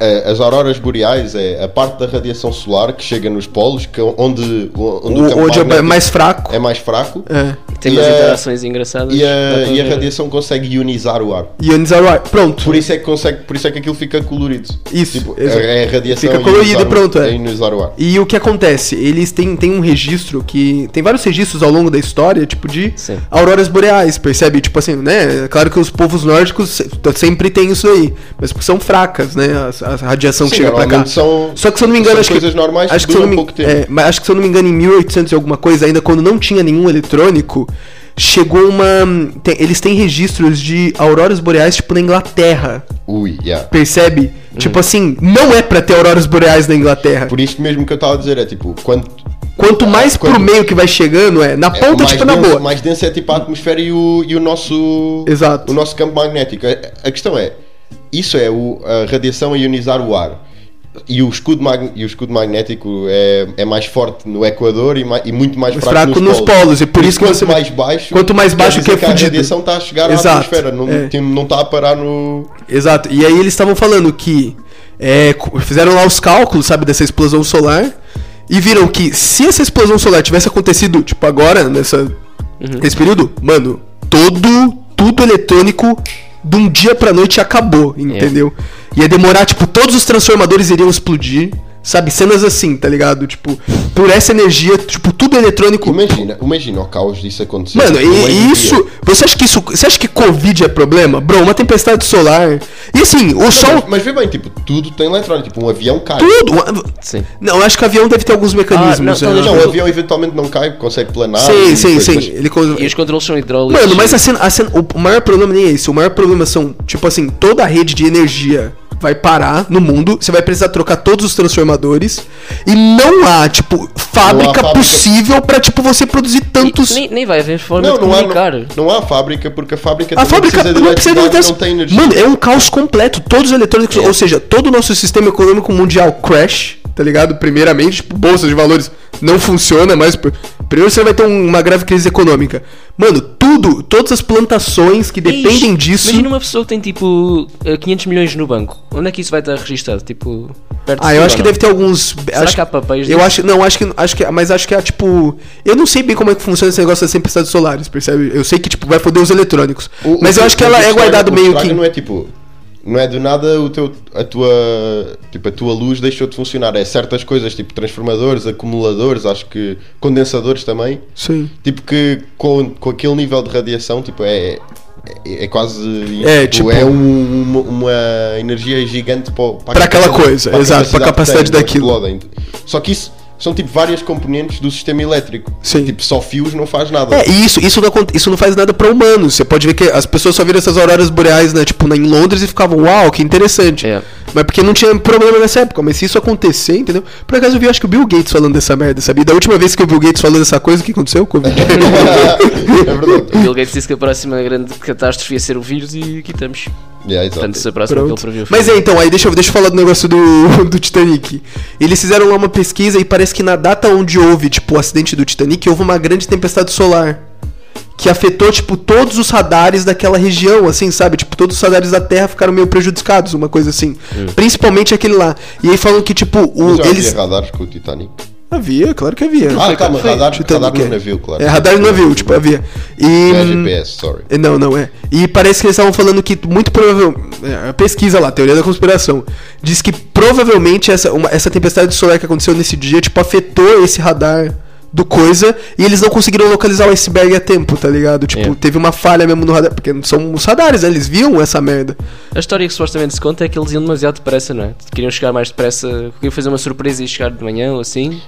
A: é, as auroras boreais é a parte da radiação solar que chega nos polos, que é onde, onde o, campo
B: onde é
A: magnético
B: mais fraco.
A: é mais fraco
B: É.
C: Tem
A: E eh,
C: umas
A: a-
C: interações engraçadas.
A: e a,
C: dá pra
A: e a
C: ver.
A: radiação consegue ionizar o ar.
B: Ionizar o ar. Pronto.
A: Por isso é que consegue, por isso é que aquilo fica colorido.
B: Isso,
A: Tipo,
B: exato.
A: é, é a radiação
B: Fica
A: a ionizar
B: colorido e
A: o-
B: pronto, é.
A: a ionizar o ar.
B: E o que acontece? Eles têm, têm um registro que. Tem vários registros ao longo da história, tipo, de
C: Sim.
B: auroras boreais, percebe? Tipo assim, né? É Claro que os povos nórdicos se- sempre têm isso aí. Mas porque são fracas, né? A, a radiação que
A: Sim,
B: chega pra cá.
A: normalmente são-
B: Só que se eu não me engano,
A: são
B: acho que.
A: coisas normais que
B: acho se eu
A: duram
B: não me-
A: pouco tempo.
B: é, mas acho que se eu não me engano, em 1800 e alguma coisa, ainda quando não tinha nenhum eletrônico, chegou uma. tem- eles têm registros de auroras boreais, tipo, na Inglaterra.
A: Ui, yeah.
B: Percebe? Tipo assim, não é pra ter auroras boreais na Inglaterra.
A: Por isto mesmo que eu estava a dizer, é tipo, quanto
B: Quanto mais
A: Quando-
B: pro meio que vai chegando, é. Na
A: é, o
B: ponta,
A: mais
B: tipo, na
A: denso-
B: boa.
A: mais denso é tipo a atmosfera e o, e o nosso
B: Exato.
A: o nosso campo magnético. A, a questão é, isso é o, a radiação a ionizar o ar. E o escudo, mag, e o escudo magnético é, é mais forte no Equador e, ma- e muito mais
B: Mais
A: fraco,
B: fraco nos polos, e por isso que
A: quanto
B: você-
A: mais baixo,
B: quanto mais
A: quer
B: baixo
A: dizer
B: que
A: a
B: é fudido.
A: radiação está a chegar à
B: Exato,
A: atmosfera, não
B: é.
A: tem- não está a parar no
B: Exato. E aí eles estavam falando que é, co- fizeram lá os cálculos, sabe, dessa explosão solar e viram que se essa explosão solar tivesse acontecido, tipo, agora, nessa,
A: Uhum.
B: nesse período, mano, todo, tudo eletrônico de um dia pra noite
A: É.
B: acabou, entendeu? Ia demorar, tipo, todos os transformadores iriam explodir, sabe, cenas assim, tá ligado? Tipo, por essa energia, tipo, tudo eletrônico...
A: Imagina, imagina o caos disso acontecer.
B: Mano,
A: no meio do
B: e
A: dia.
B: isso. Você acha que isso. Você acha que Covid é problema? Bro, uma tempestade solar. E assim, o
A: Não,
B: sol.
A: mas, mas vê bem, tipo, tudo tem eletrônico, tipo, um avião cai.
B: Tudo.
C: Sim.
B: Não, eu acho que o avião deve ter alguns mecanismos.
C: Ah, não,
B: né?
A: Não,
C: Tudo.
A: o avião eventualmente não Ah, cai, consegue planar.
B: sim,
A: e
B: sim,
A: coisas,
B: sim.
A: mas-
B: Ele cons-
C: E os controles são hidráulicos.
B: Mano, mas é a cena, a cena- o maior problema nem é esse. O maior problema são, tipo assim, toda a rede de energia vai parar no mundo. Você vai precisar trocar todos os transformadores. E não há, tipo, fábrica,
A: fábrica.
B: possível pra, tipo, você produzir tantos.
C: Nem, nem vai haver forma
A: Não,
C: de
A: não há,
C: comunicar.
A: não, não há fábrica, porque a fábrica
B: é A
A: também
B: fábrica não precisa de
A: eletricidade,
B: eletricidade.
A: não tem energia. É.
B: Mano, é um caos completo. Todos os eletrônicos, ou seja, todo o nosso sistema econômico mundial crash, tá ligado? Primeiramente, tipo, bolsa de valores não funciona, mas pr- primeiro você vai ter um- uma grave crise econômica. Mano, tudo, todas as plantações que dependem
C: Ixi,
B: disso.
C: Imagina uma pessoa que tem tipo eh, 500 milhões no banco. Onde é que isso vai estar registado? Tipo, perto
B: Ah,
C: de
B: eu
C: ti
B: acho que
C: ou não?
B: deve ter alguns.
C: Será
B: acho-
C: que é há papéis
B: Eu
C: disso?
B: acho, não, acho que, acho que, mas acho que é tipo, eu não sei bem como é que funciona esse negócio das tempestades solares, percebe? Eu sei que tipo vai foder os eletrônicos,
A: O-
B: mas
A: o
B: eu
A: que-
B: acho que
A: o
B: ela é
A: estraga-
B: guardado
A: o
B: meio
A: estraga
B: que.
A: Não é tipo. Não é do nada o teu, a, tua, tipo, a tua luz deixou de funcionar. É certas coisas, tipo transformadores, acumuladores, acho que condensadores também.
B: Sim.
A: Tipo que com, com aquele nível de radiação, tipo, é, é, é quase.
B: É, tipo-
A: é um- uma, uma energia gigante para, o-
B: Pra aquela coisa, exato, pra capacidade
A: que tem, não
B: daquilo.
A: explodem. Só que isso são tipo várias componentes do sistema elétrico.
B: Sim.
A: Tipo, só fios não faz nada.
B: É, e isso, isso, não, aconte- isso não faz nada pra humanos. Você pode ver que as pessoas só viram essas auroras boreais, né? Tipo, na- em Londres e ficavam, uau, que interessante.
C: É.
B: Mas porque não tinha problema nessa época. Mas se isso acontecer, entendeu? Por acaso eu vi, acho que o Bill Gates falando dessa merda, sabia? Da última vez que o Bill Gates falou dessa coisa, o que aconteceu? Covid.
A: (laughs) é verdade.
C: O Bill Gates disse que a próxima grande catástrofe ia ser o vírus e aqui estamos.
A: Yeah, exato.
C: Portanto, se a próxima que ele
B: Tá. Pronto.
C: previu foi-
B: Mas é, então, aí deixa, eu- deixa eu falar do negócio do, (laughs) do Titanic. Eles fizeram lá uma pesquisa e parece que na data onde houve, tipo, o acidente do Titanic, houve uma grande tempestade solar. Que afetou, tipo, todos os radares daquela região, assim, sabe? Tipo, todos os radares da Terra ficaram meio prejudicados, uma coisa assim. Principalmente aquele lá. E aí falam que, tipo, o,
A: Mas já
B: eles.
A: havia radares com o Titanic.
B: Havia, claro que havia.
A: Ah, calma,
C: foi
A: radar, radar
B: Titanic,
A: no
B: é.
A: navio, claro.
B: É, radar no navio, tipo, havia. E. hum,
A: É GPS, sorry.
B: É, Não, não é. E parece que eles estavam falando que muito provavelmente. A pesquisa lá, teoria da conspiração, diz que provavelmente essa, uma- essa tempestade solar que aconteceu nesse dia, tipo, afetou esse radar do coisa e eles não conseguiram localizar o iceberg a tempo, tá ligado? Tipo,
C: É.
B: teve uma falha mesmo no radar, porque não são os radares, né? eles viam essa merda.
C: A história que supostamente se conta é que eles iam demasiado depressa, não é? Queriam chegar mais depressa, queriam fazer uma surpresa e chegar de manhã ou assim.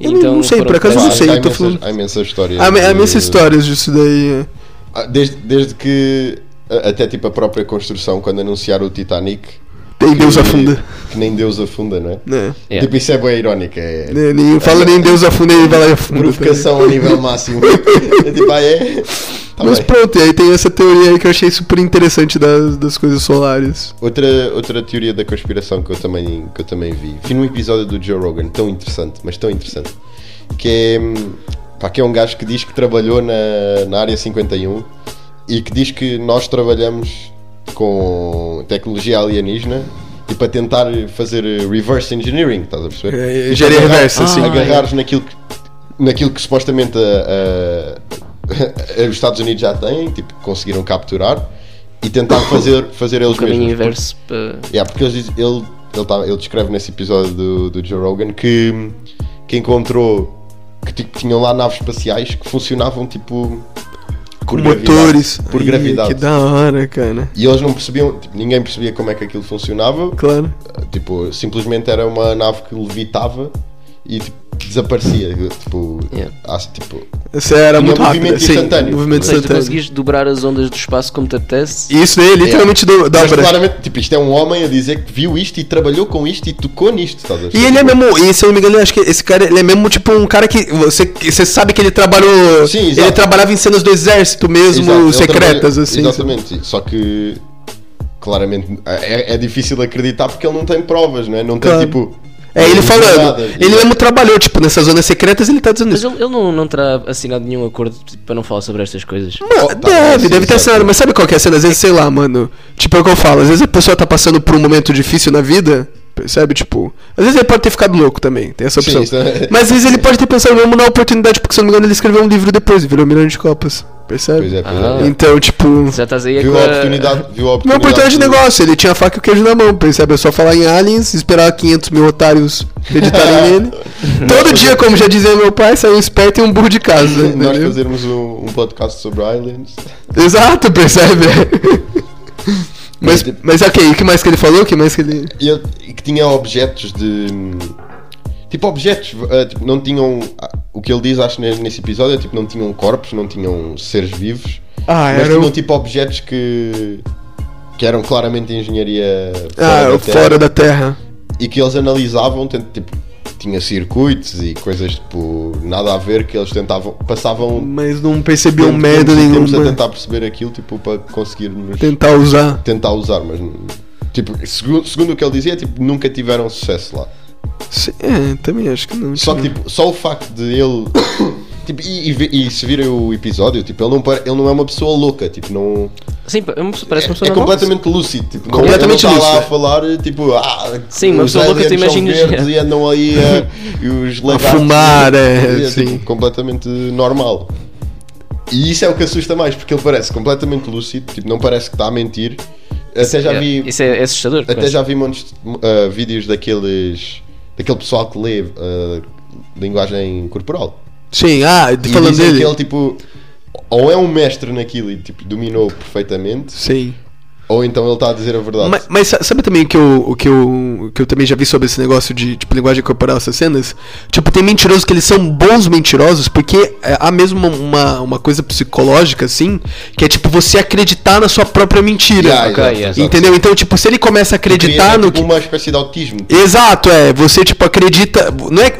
C: E
B: Eu não- não sei,
C: foram
B: por acaso eu
A: Pá,
B: não
C: depressa.
B: sei,
A: há
B: eu tô
A: imensas-
B: falando-
A: Há imensas histórias.
B: Há, há
A: de-
B: imensas histórias disso daí. é.
A: Ah, Desde, desde que. a- Até tipo a própria construção, quando anunciaram o Titanic.
B: Tem Deus
A: que-
B: afunda.
A: Que nem Deus afunda, não é?
B: Né?
C: Yeah.
A: Tipo, isso é bem irónico. É
B: Né, nem- Fala nem Deus afunda e vai lá e afunda. tá ligado?
A: provocação ao nível máximo. (laughs) é tipo, ah, é. Tá
B: Mas
A: bem.
B: pronto, e aí tem essa teoria aí que eu achei super interessante das, das coisas solares.
A: Outra, outra teoria da conspiração que eu, também, que eu também vi. Vi num episódio do Joe Rogan, tão interessante, mas tão interessante. Que é, hum, pá, que é um gajo que diz que trabalhou na, na área 51 e que diz que nós trabalhamos com tecnologia alienígena tipo a tentar fazer eh, reverse engineering, estás a perceber?
B: Eh,
A: Tipo,
B: engenharia
A: agarrar-
B: reversa, sim.
A: Agarrares naquilo que, naquilo que supostamente a- a- (laughs) os Estados Unidos já têm, tipo, conseguiram capturar e
C: (coughs)
A: tentar fazer, fazer eles
C: O caminho
A: mesmos.
C: inverso para.
A: Yeah, porque eles dizem- ele, ele, tá- ele descreve nesse episódio do, do Joe Rogan que, que encontrou que ti- que tinham lá naves espaciais que funcionavam tipo por gravidade.
B: Motores.
A: por
B: Ai,
A: gravidade.
B: Que da hora, cara.
A: E eles não percebiam, tipo, ninguém percebia como é que aquilo funcionava.
B: Claro.
A: Tipo, simplesmente era uma nave que levitava e tipo, desaparecia. Tipo,
C: Yeah.
A: assim, tipo,
B: Essa era
A: Tinha
B: muito
A: movimento
B: rápida. Sim,
A: instantâneo.
C: Ou
B: movimento
C: seja, tu
B: instantâneo.
C: conseguires dobrar as ondas do espaço como te apetece.
B: E Isso daí é literalmente do- dá
A: mas
B: pra-
A: claramente, tipo, isto é um homem a dizer que viu isto e trabalhou com isto e tocou nisto. Estás a ver?
B: E ele é mesmo, e se eu não me engano, eu acho que esse cara ele é mesmo tipo um cara que. Você, você sabe que ele trabalhou.
A: Sim, exato.
B: ele trabalhava em cenas do exército mesmo,
A: Exato, ele
B: secretas,
A: trabalha-
B: assim.
A: Exatamente, só que claramente é, é difícil acreditar porque ele não tem provas, não é? Não tem
B: Claro.
A: tipo.
B: É ele
A: não tem
B: falando.
A: nada,
B: ele mesmo trabalhou, tipo, nessas zonas secretas ele tá dizendo
C: Mas
B: isso.
C: ele, ele não, não terá assinado nenhum acordo tipo, para não falar sobre estas coisas.
B: Mano,
A: Oh, tá,
B: deve,
A: sim,
B: deve ter
A: certo.
B: assinado, mas sabe qual que é a cena? Às vezes, sei lá, mano. Tipo, é o que eu falo, às vezes a pessoa tá passando por um momento difícil na vida, percebe? Tipo, às vezes ele pode ter ficado louco também, tem essa
A: Sim,
B: opção.
A: isso é-
B: Mas às vezes ele pode ter pensado mesmo na oportunidade, porque se eu não me engano, ele escreveu um livro depois, virou Milhão de Copas, percebe?
A: Pois é, pois
C: Ah. é
A: é.
B: Então, tipo.
C: Já estás aí
A: Viu
C: com
A: a oportunidade, viu a
B: Meu
A: oportunidade.
B: oportunidade de
A: do-
B: negócio, ele tinha a faca e o queijo na mão, percebe? É só falar em aliens, esperar 500 mil otários
A: (laughs)
B: acreditarem nele. Todo dia, como já dizia meu pai, saiu um esperto e um burro de casa.
A: Nós
B: entendeu?
A: fazermos um, um podcast sobre aliens. (laughs)
B: Exato, percebe? mas, mas ok, o que mais que ele falou? O que mais que ele.
A: E, ele- e que tinha objetos de. Tipo, objetos. eh, tipo, não tinham. O que ele diz, acho, ne- nesse episódio é tipo, não tinham corpos, não tinham seres vivos.
B: Ah,
A: mas
B: era
A: tinham
B: o.
A: tipo objetos que. que eram claramente engenharia.
B: Ah,
A: da
B: o
A: Terra.
B: fora da Terra.
A: e que eles analisavam, tent- tipo, tinha circuitos e coisas tipo nada a ver que eles tentavam, passavam
B: Mas não percebiam
A: tempo-
B: merda
A: tempos e tempos a
B: nenhuma.
A: tentar perceber aquilo, tipo, para conseguirmos
B: Tentar usar.
A: tentar usar, mas não- tipo, segundo, segundo o que ele dizia, tipo, nunca tiveram sucesso lá.
B: Sim, é, também acho que não.
A: Só que
B: tinha.
A: tipo, só o facto de ele (coughs) tipo, e, e ve- e se virem o episódio, tipo, ele não, pare- ele não é uma pessoa louca, tipo, não
C: Sim, pa- é uma pessoa- parece uma
A: é
C: pessoa normal. é.
A: completamente lúcido, tipo, não-
B: Completamente
A: ele não tá lá a
B: lúcido.
A: falar, tipo, ah,
C: Sim, uma
A: os
C: pessoa louca, tu
A: aliens são
C: imaginas-
A: verdes e andam aí a, e os
C: (laughs)
A: lagartos-
B: fumar, é,
A: tipo,
B: sim.
A: completamente normal. E isso é o que assusta mais, porque ele parece completamente lúcido, tipo, não parece que está a mentir. Até já
C: Yeah.
A: vi,
C: Isso é, é assustador.
A: até
C: quase.
A: já vi montes de, uh, vídeos daqueles daquele pessoal que lê uh, linguagem corporal.
B: Sim, ah,
A: E
B: falando
A: dizem
B: dele.
A: que ele tipo ou é um mestre naquilo e tipo dominou perfeitamente,
B: Sim.
A: ou então ele está a dizer a verdade.
B: Ma- Mas, sa- sabe também o que eu, o que eu, o que eu também já vi sobre esse negócio de tipo, linguagem corporal, essas cenas? Tipo, tem mentirosos que eles são bons mentirosos porque é, há mesmo uma, uma, uma coisa psicológica, assim, que é tipo você acreditar na sua própria mentira.
A: Yeah,
C: ok,
A: exato,
C: yeah.
A: exato.
B: entendeu? Então, tipo, se ele começa a acreditar
A: Cria,
B: no
A: tipo,
B: que.
A: uma espécie de autismo.
B: Exato, é. Você, tipo, acredita. Não é.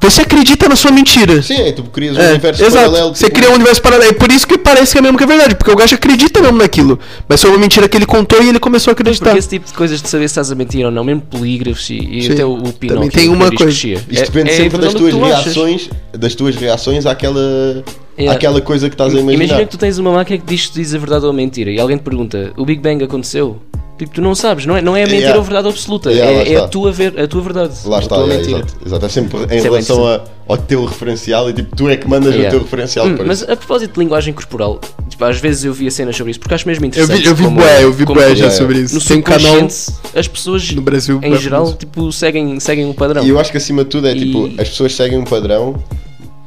B: Você acredita na sua mentira.
A: Sim, é, tu crias um
B: É,
A: universo
B: exato.
A: paralelo.
B: Você
A: tipo,
B: cria um universo paralelo. É por isso que parece que é mesmo que é verdade, porque o gajo acredita mesmo naquilo. Mas foi uma mentira que ele contou e ele começou a acreditar.
C: Porque esse tipo de coisas de saber se estás a mentir ou não, mesmo polígrafos e, e
B: Sim.
C: até o, o
B: Também
C: Pinóquio.
B: tem
C: o
B: uma
C: nariz
B: coisa.
C: crescia.
A: Isto
C: É-
A: depende
C: é
A: sempre das
C: verdade o
A: tuas
C: que tu achas.
A: reações, das tuas reações àquela,
B: É.
C: Yeah.
A: àquela coisa que estás a imaginar.
C: Imagina que tu tens uma máquina que diz se diz a verdade ou a mentira e alguém te pergunta: o Big Bang aconteceu? Tipo, tu não sabes, não é, não é a mentira
A: Yeah.
C: ou a verdade absoluta,
A: Yeah, lá
C: é, é a,
A: está.
C: tua ver, a tua verdade.
A: Lá
C: a
A: está,
C: tua
A: yeah,
C: mentira.
A: exato, exato. É sempre em
C: Isso é
A: relação a- ao teu referencial e tipo, tu é que mandas
C: Yeah.
A: o teu referencial.
C: Hum,
A: para
C: mas
A: isso.
C: a propósito de linguagem corporal, tipo, às vezes eu via cenas sobre isso porque acho mesmo
B: Eu
C: interessante.
B: vi, eu vi
C: como-
B: bué, eu vi
C: como tipo,
B: bué
C: no
A: já
B: já
A: é.
B: sobre isso. Tem um canal
C: subconsciente as pessoas
B: no Brasil.
C: em
B: pra-
C: geral tipo, seguem, seguem um padrão.
A: E eu acho que acima de tudo é
C: E-
A: tipo, as pessoas seguem um padrão,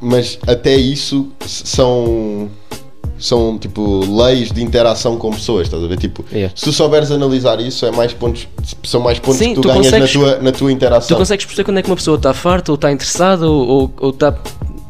A: mas até isso s- são. São tipo leis de interação com pessoas, estás a ver? Tipo,
C: Yeah.
A: se tu souberes analisar isso, é mais pontos, são mais pontos
C: Sim,
A: que tu,
C: tu
A: ganhas
C: consegues-
A: na, tua, na tua
C: Tu
A: interação.
C: consegues perceber quando é que uma pessoa está farta ou está interessada ou- ou ou está.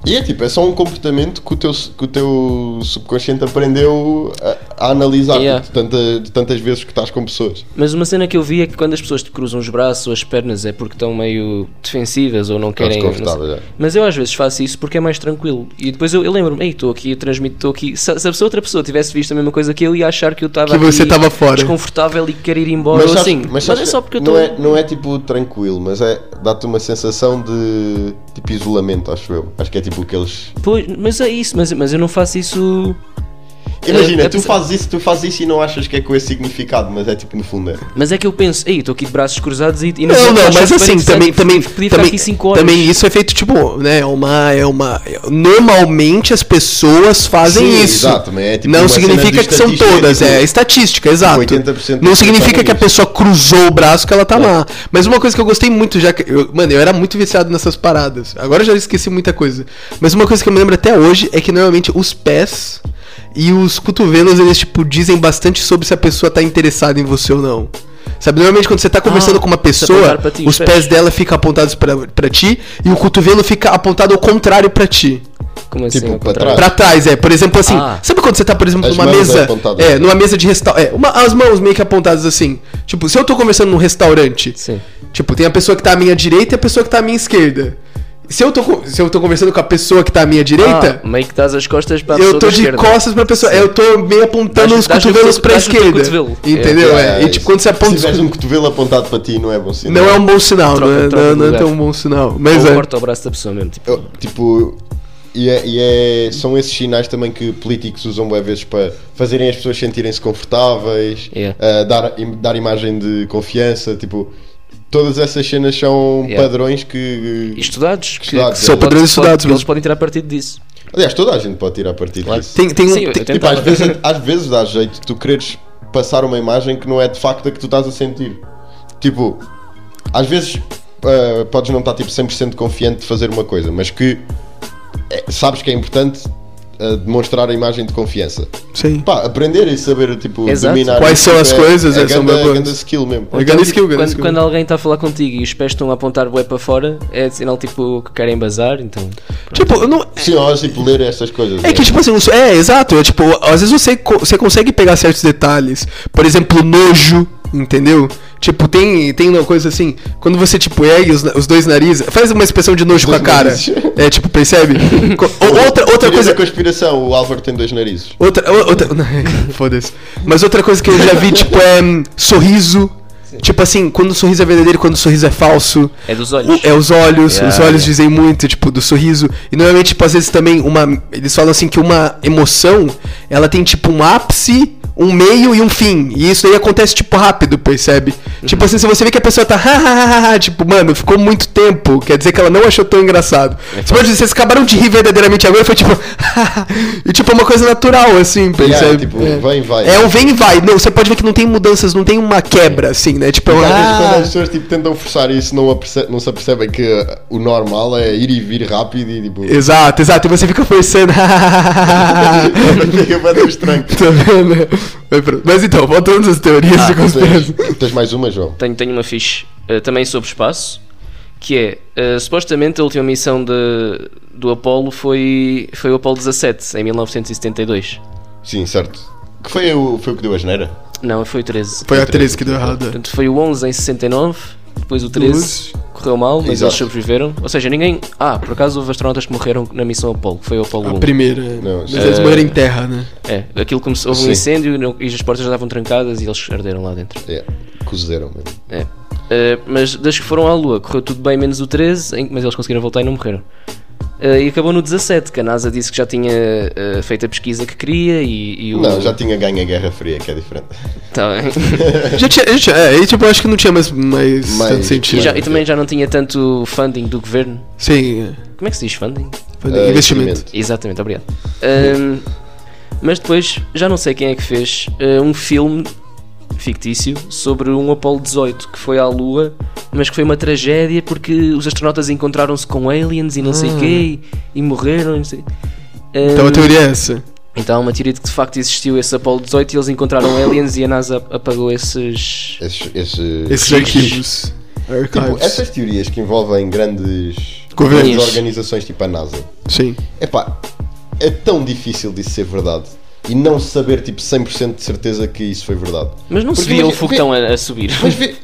A: E é tipo, é só um comportamento que o teu, que o teu subconsciente aprendeu a, a analisar tipo,
C: Yeah.
A: de, tanta- de tantas vezes que estás com pessoas.
C: Mas uma cena que eu vi é que quando as pessoas te cruzam os braços ou as pernas é porque estão meio defensivas ou não querem.
A: desconfortáveis,
C: não sei.
A: é.
C: Mas eu às vezes faço isso porque é mais tranquilo. E depois eu, eu lembro-me, ei, estou aqui, eu transmito, estou aqui. Se, se a pessoa- outra pessoa tivesse visto a mesma coisa que eu ia achar que eu estava
B: Que você
C: aqui
B: tava fora.
C: desconfortável e quer ir embora ou
A: sabes-
C: assim. Mas,
A: sabes
C: é
A: que
C: só porque eu
A: não,
C: estou.
A: é, não é tipo tranquilo, mas é dá-te uma sensação de tipo isolamento, acho eu. Acho que é tipo o que eles.
C: Pois, mas é isso, mas, mas eu não faço isso.
A: Imagina,
C: Eh,
A: tu
C: apesar-
A: fazes isso, tu fazes isso e não achas que é com esse significado, mas é tipo no fundo é.
C: Mas é que eu penso, ei, estou aqui de braços cruzados e, e
B: Não,
C: vou
B: não,
C: achar
B: mas
C: super
B: assim,
C: interessante,
B: também, também,
C: é podia ficar
B: também,
C: aqui cinco horas.
B: também isso é feito tipo, né, é uma, é uma, normalmente as pessoas fazem
A: Sim,
B: isso.
A: exato, mas é tipo
B: não
A: uma cena
B: significa
A: de
B: que são
A: estatística,
B: todas,
A: tipo,
B: é estatística, exato.
A: 80%
B: Não
A: das
B: significa
A: pessoas
B: que a
A: fazem
B: pessoa cruzou o braço que ela
A: É.
B: tá lá. Mas uma coisa que eu gostei muito, já que eu, mano, eu era muito viciado nessas paradas. Agora eu já esqueci muita coisa. Mas uma coisa que eu me lembro até hoje é que normalmente os pés e os cotovelos, eles tipo dizem bastante sobre se a pessoa tá interessada em você ou não. Sabe, normalmente quando você tá conversando
C: Ah,
B: com uma
C: se
B: pessoa,
C: apontar pra ti, é
B: os
C: fecha.
B: pés dela ficam apontados pra pra ti e o cotovelo fica apontado ao contrário pra ti.
C: Como assim,
A: Tipo,
C: ao
A: pra
C: contrário?
B: Pra trás, é. Por exemplo, assim,
C: Ah.
B: sabe quando você tá, por exemplo,
A: As
B: numa
A: mãos
B: mesa.
A: apontadas.
B: É, numa mesa de restaurante. É, uma- as mãos meio que apontadas assim. Tipo, se eu tô conversando num restaurante,
C: Sim.
B: tipo, tem a pessoa que tá à minha direita e a pessoa que tá à minha esquerda. Se eu tô, co- se eu tô conversando com a pessoa que tá à minha direita,
C: Ah, meio que dás as costas para a pessoa
B: eu tô
C: da
B: de
C: esquerda.
B: costas pra pessoa.
C: Sim.
B: É, eu tô meio apontando
C: Dás-
B: os
C: dás o
B: cotovelos
C: coto-
B: pra
C: dás o teu
B: esquerda.
C: cotovelo.
B: Entendeu? É, E
A: isso.
B: tipo, quando você
A: Se
B: aponta.
A: tiveres um cotovelo apontado para ti, não é bom sinal.
B: Não é um bom sinal,
C: Troca-
B: não é-
C: troca
B: não,
C: de
B: não é
C: lugar.
B: tão bom sinal.
C: Ou
B: Mas é.
C: corta o braço da pessoa mesmo. Tipo,
A: Eu, tipo, e, é, e é- são esses sinais também que políticos usam às vezes para fazerem as pessoas sentirem-se confortáveis,
C: Yeah.
A: eh, dar, im- dar imagem de confiança, tipo, todas essas cenas são
C: Yeah.
A: padrões que.
C: estudados. que-
A: Estudados, é.
C: que
A: São
C: pode-
B: padrões
C: pode-
B: estudados,
C: Eles
B: mas-
C: podem tirar partido disso.
A: Aliás, toda a gente pode tirar partido
C: Claro.
A: disso.
B: Tem, tem, um
C: Sim, eu
B: tem-
A: Tipo,
C: tentava.
A: às vezes, às vezes dá jeito tu quereres passar uma imagem que não é de facto a que tu estás a sentir. Tipo, às vezes ah, podes não estar tipo 100% confiante de fazer uma coisa, mas que é, sabes que é importante ah, demonstrar a imagem de confiança.
B: Sim.
A: Pá, aprender e saber tipo
C: Exato.
A: dominar
B: Quais
A: isso,
B: são
A: tipo,
B: as coisas,
A: é,
B: é,
A: é
B: são
A: ganda,
B: boas.
A: ganda skill mesmo.
B: É grande skill, grande
C: quando,
B: skill.
C: quando alguém está a falar contigo e os pés estão a apontar bué para fora, é sinal tipo que querem bazar, então.
B: Tipo, eu não,
A: Sim, ó, tipo ler essas coisas.
B: É que, tipo assim, o so- é, exato. É, tipo, às vezes você, co- você consegue pegar certos detalhes. Por exemplo, nojo, entendeu? Tipo, tem, tem uma coisa assim, quando você, tipo, ergue os, na- os dois narizes, faz uma expressão de nojo com a
A: Dois
B: cara.
A: narizes.
B: (laughs) É,
A: (laughs)
B: tipo, percebe? Co- o- outra, outra
A: Teoria
B: coisa.
A: da conspiração, o Álvaro tem dois narizes.
B: Outra, o- outra, (laughs) foda-se. Mas outra coisa que eu já
A: (laughs)
B: vi, tipo, é hum, sorriso. Tipo assim, quando o sorriso é verdadeiro, quando o sorriso é falso.
C: É dos
B: O-
C: olhos.
B: É os olhos,
C: Yeah,
B: os olhos
C: yeah.
B: dizem muito, tipo, do sorriso. E normalmente, tipo, às vezes também uma. Eles falam assim que uma emoção, ela tem tipo um ápice, um meio e um fim. E isso daí acontece, tipo, rápido, percebe? Tipo assim, se você vê que a pessoa tá. (laughs) "Ha, ha, ha, ha", tipo, mano, ficou muito tempo. Quer dizer que ela não achou tão engraçado.
A: É
B: Você pode dizer, vocês acabaram de rir verdadeiramente agora, foi tipo. (laughs) e tipo, é uma coisa natural, assim, percebe?
A: Yeah, tipo,
B: é.
A: vem, vai.
B: É um vem e vai. Não, você pode ver que não tem mudanças, não tem uma quebra, assim, né? Tipo, é uma.
A: Então, Às vezes quando
B: Ah,
A: as pessoas tipo, tentam forçar isso, não, aperce- não se apercebem que uh, o normal é ir e vir rápido e tipo.
B: Exato, exato. E você fica forçando.
A: Fica para dar os trancos.
B: (laughs) Tá vendo? Mas pronto. Mas então, voltando às teorias
A: Ah,
B: de conspiração.
A: Tens, tens mais uma, João?
C: Tenho, tenho uma fiche eh, também sobre espaço, que é eh, supostamente a última missão de, do Apolo foi, foi o Apolo 17, em 1972.
A: Sim, certo. Que foi o, foi o que deu a geneira?
C: Não, foi o 13.
B: Foi a 13 que deu errado. é.
C: Portanto, foi o 11 em 69, depois o 13
B: Doze.
C: correu mal, mas
A: Exato.
C: eles sobreviveram. Ou seja, ninguém. Ah, por acaso houve astronautas que morreram na missão Apolo, que foi o Apolo
B: A
C: 1.
B: primeira.
A: Não,
B: Mas
A: sim.
B: eles
C: É.
B: morreram em terra, né?
C: É, aquilo começou, houve um
A: Sim.
C: incêndio e não- e as portas já estavam trancadas e eles arderam lá dentro.
A: É, cozeram mesmo.
C: É. Eh, mas das que foram à Lua, correu tudo bem, menos o 13, em- mas eles conseguiram voltar e não morreram. Eh, e acabou no 17, que a NASA disse que já tinha eh, feito a pesquisa que queria e, e o.
A: Não, já tinha ganho a Guerra Fria, que é diferente.
C: Tá bem.
B: (laughs)
A: (laughs)
B: Já tinha. já tinha- é, e tipo, eu acho que não tinha mais, mais
A: Mas-
B: tanto
C: e,
B: sentido.
C: já- e também já não tinha tanto funding do governo.
B: Sim. é.
C: Como é que se diz funding?
B: Foi
A: Eh,
B: investimento.
C: Exatamente, obrigado. Ahm, mas depois, já não sei quem é que fez eh, um filme fictício sobre um Apollo 18 que foi à Lua, mas que foi uma tragédia porque os astronautas encontraram-se com aliens e não sei
A: Hum.
B: Ah.
C: quê e, e morreram. e Não sei.
B: Então
C: Ahm,
B: a teoria é essa.
C: então há uma teoria de que de facto existiu esse Apollo 18 e eles encontraram aliens e a NASA apagou esses.
A: Esses, esses-
B: Esses arquivos.
A: Tipo,
B: Archives.
A: essas teorias que envolvem grandes,
B: Governos.
A: grandes organizações tipo a NASA.
B: Sim.
A: Epá, é tão difícil disso ser verdade. E não saber, tipo, 100% de certeza que isso foi verdade.
C: Mas não se
A: Porque
C: via o
A: imagina-
C: foguetão a, a subir.
A: Mas vê,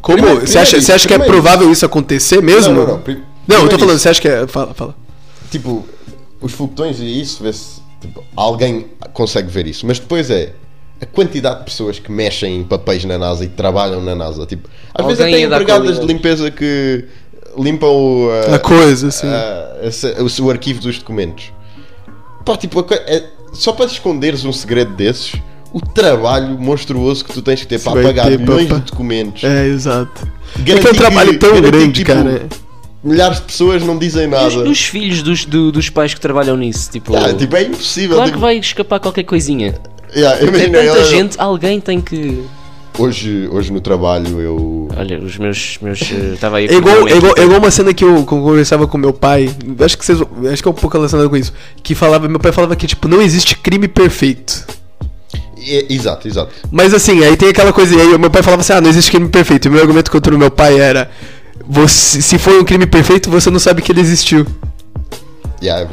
B: Como?
A: Primeiro-
B: Você acha,
A: primeiro
B: você acha que é
A: isso, primeiro
B: provável isso acontecer mesmo?
A: Não, não, não. Pri-
B: Não, eu tô
A: primeiro
B: falando,
A: isso.
B: você acha que é. Fala, fala.
A: tipo, os foguetões e isso, vê-se. Tipo, alguém consegue ver isso. Mas depois é a quantidade de pessoas que mexem em papéis na NASA e trabalham na NASA. Tipo, às vezes
C: Alguém
A: até
C: ia dar
A: empregadas
C: com
A: de
C: a
A: limpeza que limpam o,
B: A
A: uh,
B: coisa, assim.
A: Ah, uh, esse- o seu arquivo dos documentos. Pá, tipo, a coi- é- só para esconderes um segredo desses, o trabalho monstruoso que tu tens que ter para
B: vai
A: apagar
B: ter,
A: milhões
B: papa.
A: de documentos.
B: É, exato. É
A: Garantir
B: que é um trabalho tão
A: garantir,
B: grande,
A: tipo,
B: cara.
A: Milhares de pessoas não dizem
C: E os,
A: nada.
C: e os filhos (laughs) dos, do- dos pais que trabalham nisso, tipo.
A: Ah, tipo, é impossível.
C: Claro que
A: tipo,
C: vai escapar qualquer coisinha.
A: yeah,
C: Tem
A: imagina,
C: tanta
A: eu-
C: gente, alguém tem que.
A: Hoje, hoje no trabalho eu.
C: Olha, os meus. meus eh, Estava aí.
B: É igual, é, igual, é igual uma cena que eu conversava com meu pai, acho que, vocês, acho que é um pouco relacionado com isso, que falava, meu pai falava que, tipo, não existe crime perfeito.
A: É, exato, exato.
B: Mas assim, aí tem aquela coisa, e aí meu pai falava assim, ah, não existe crime perfeito. E o meu argumento contra o meu pai era, você, se foi um crime perfeito, você não sabe que ele existiu.
A: Yeah, é
B: (laughs)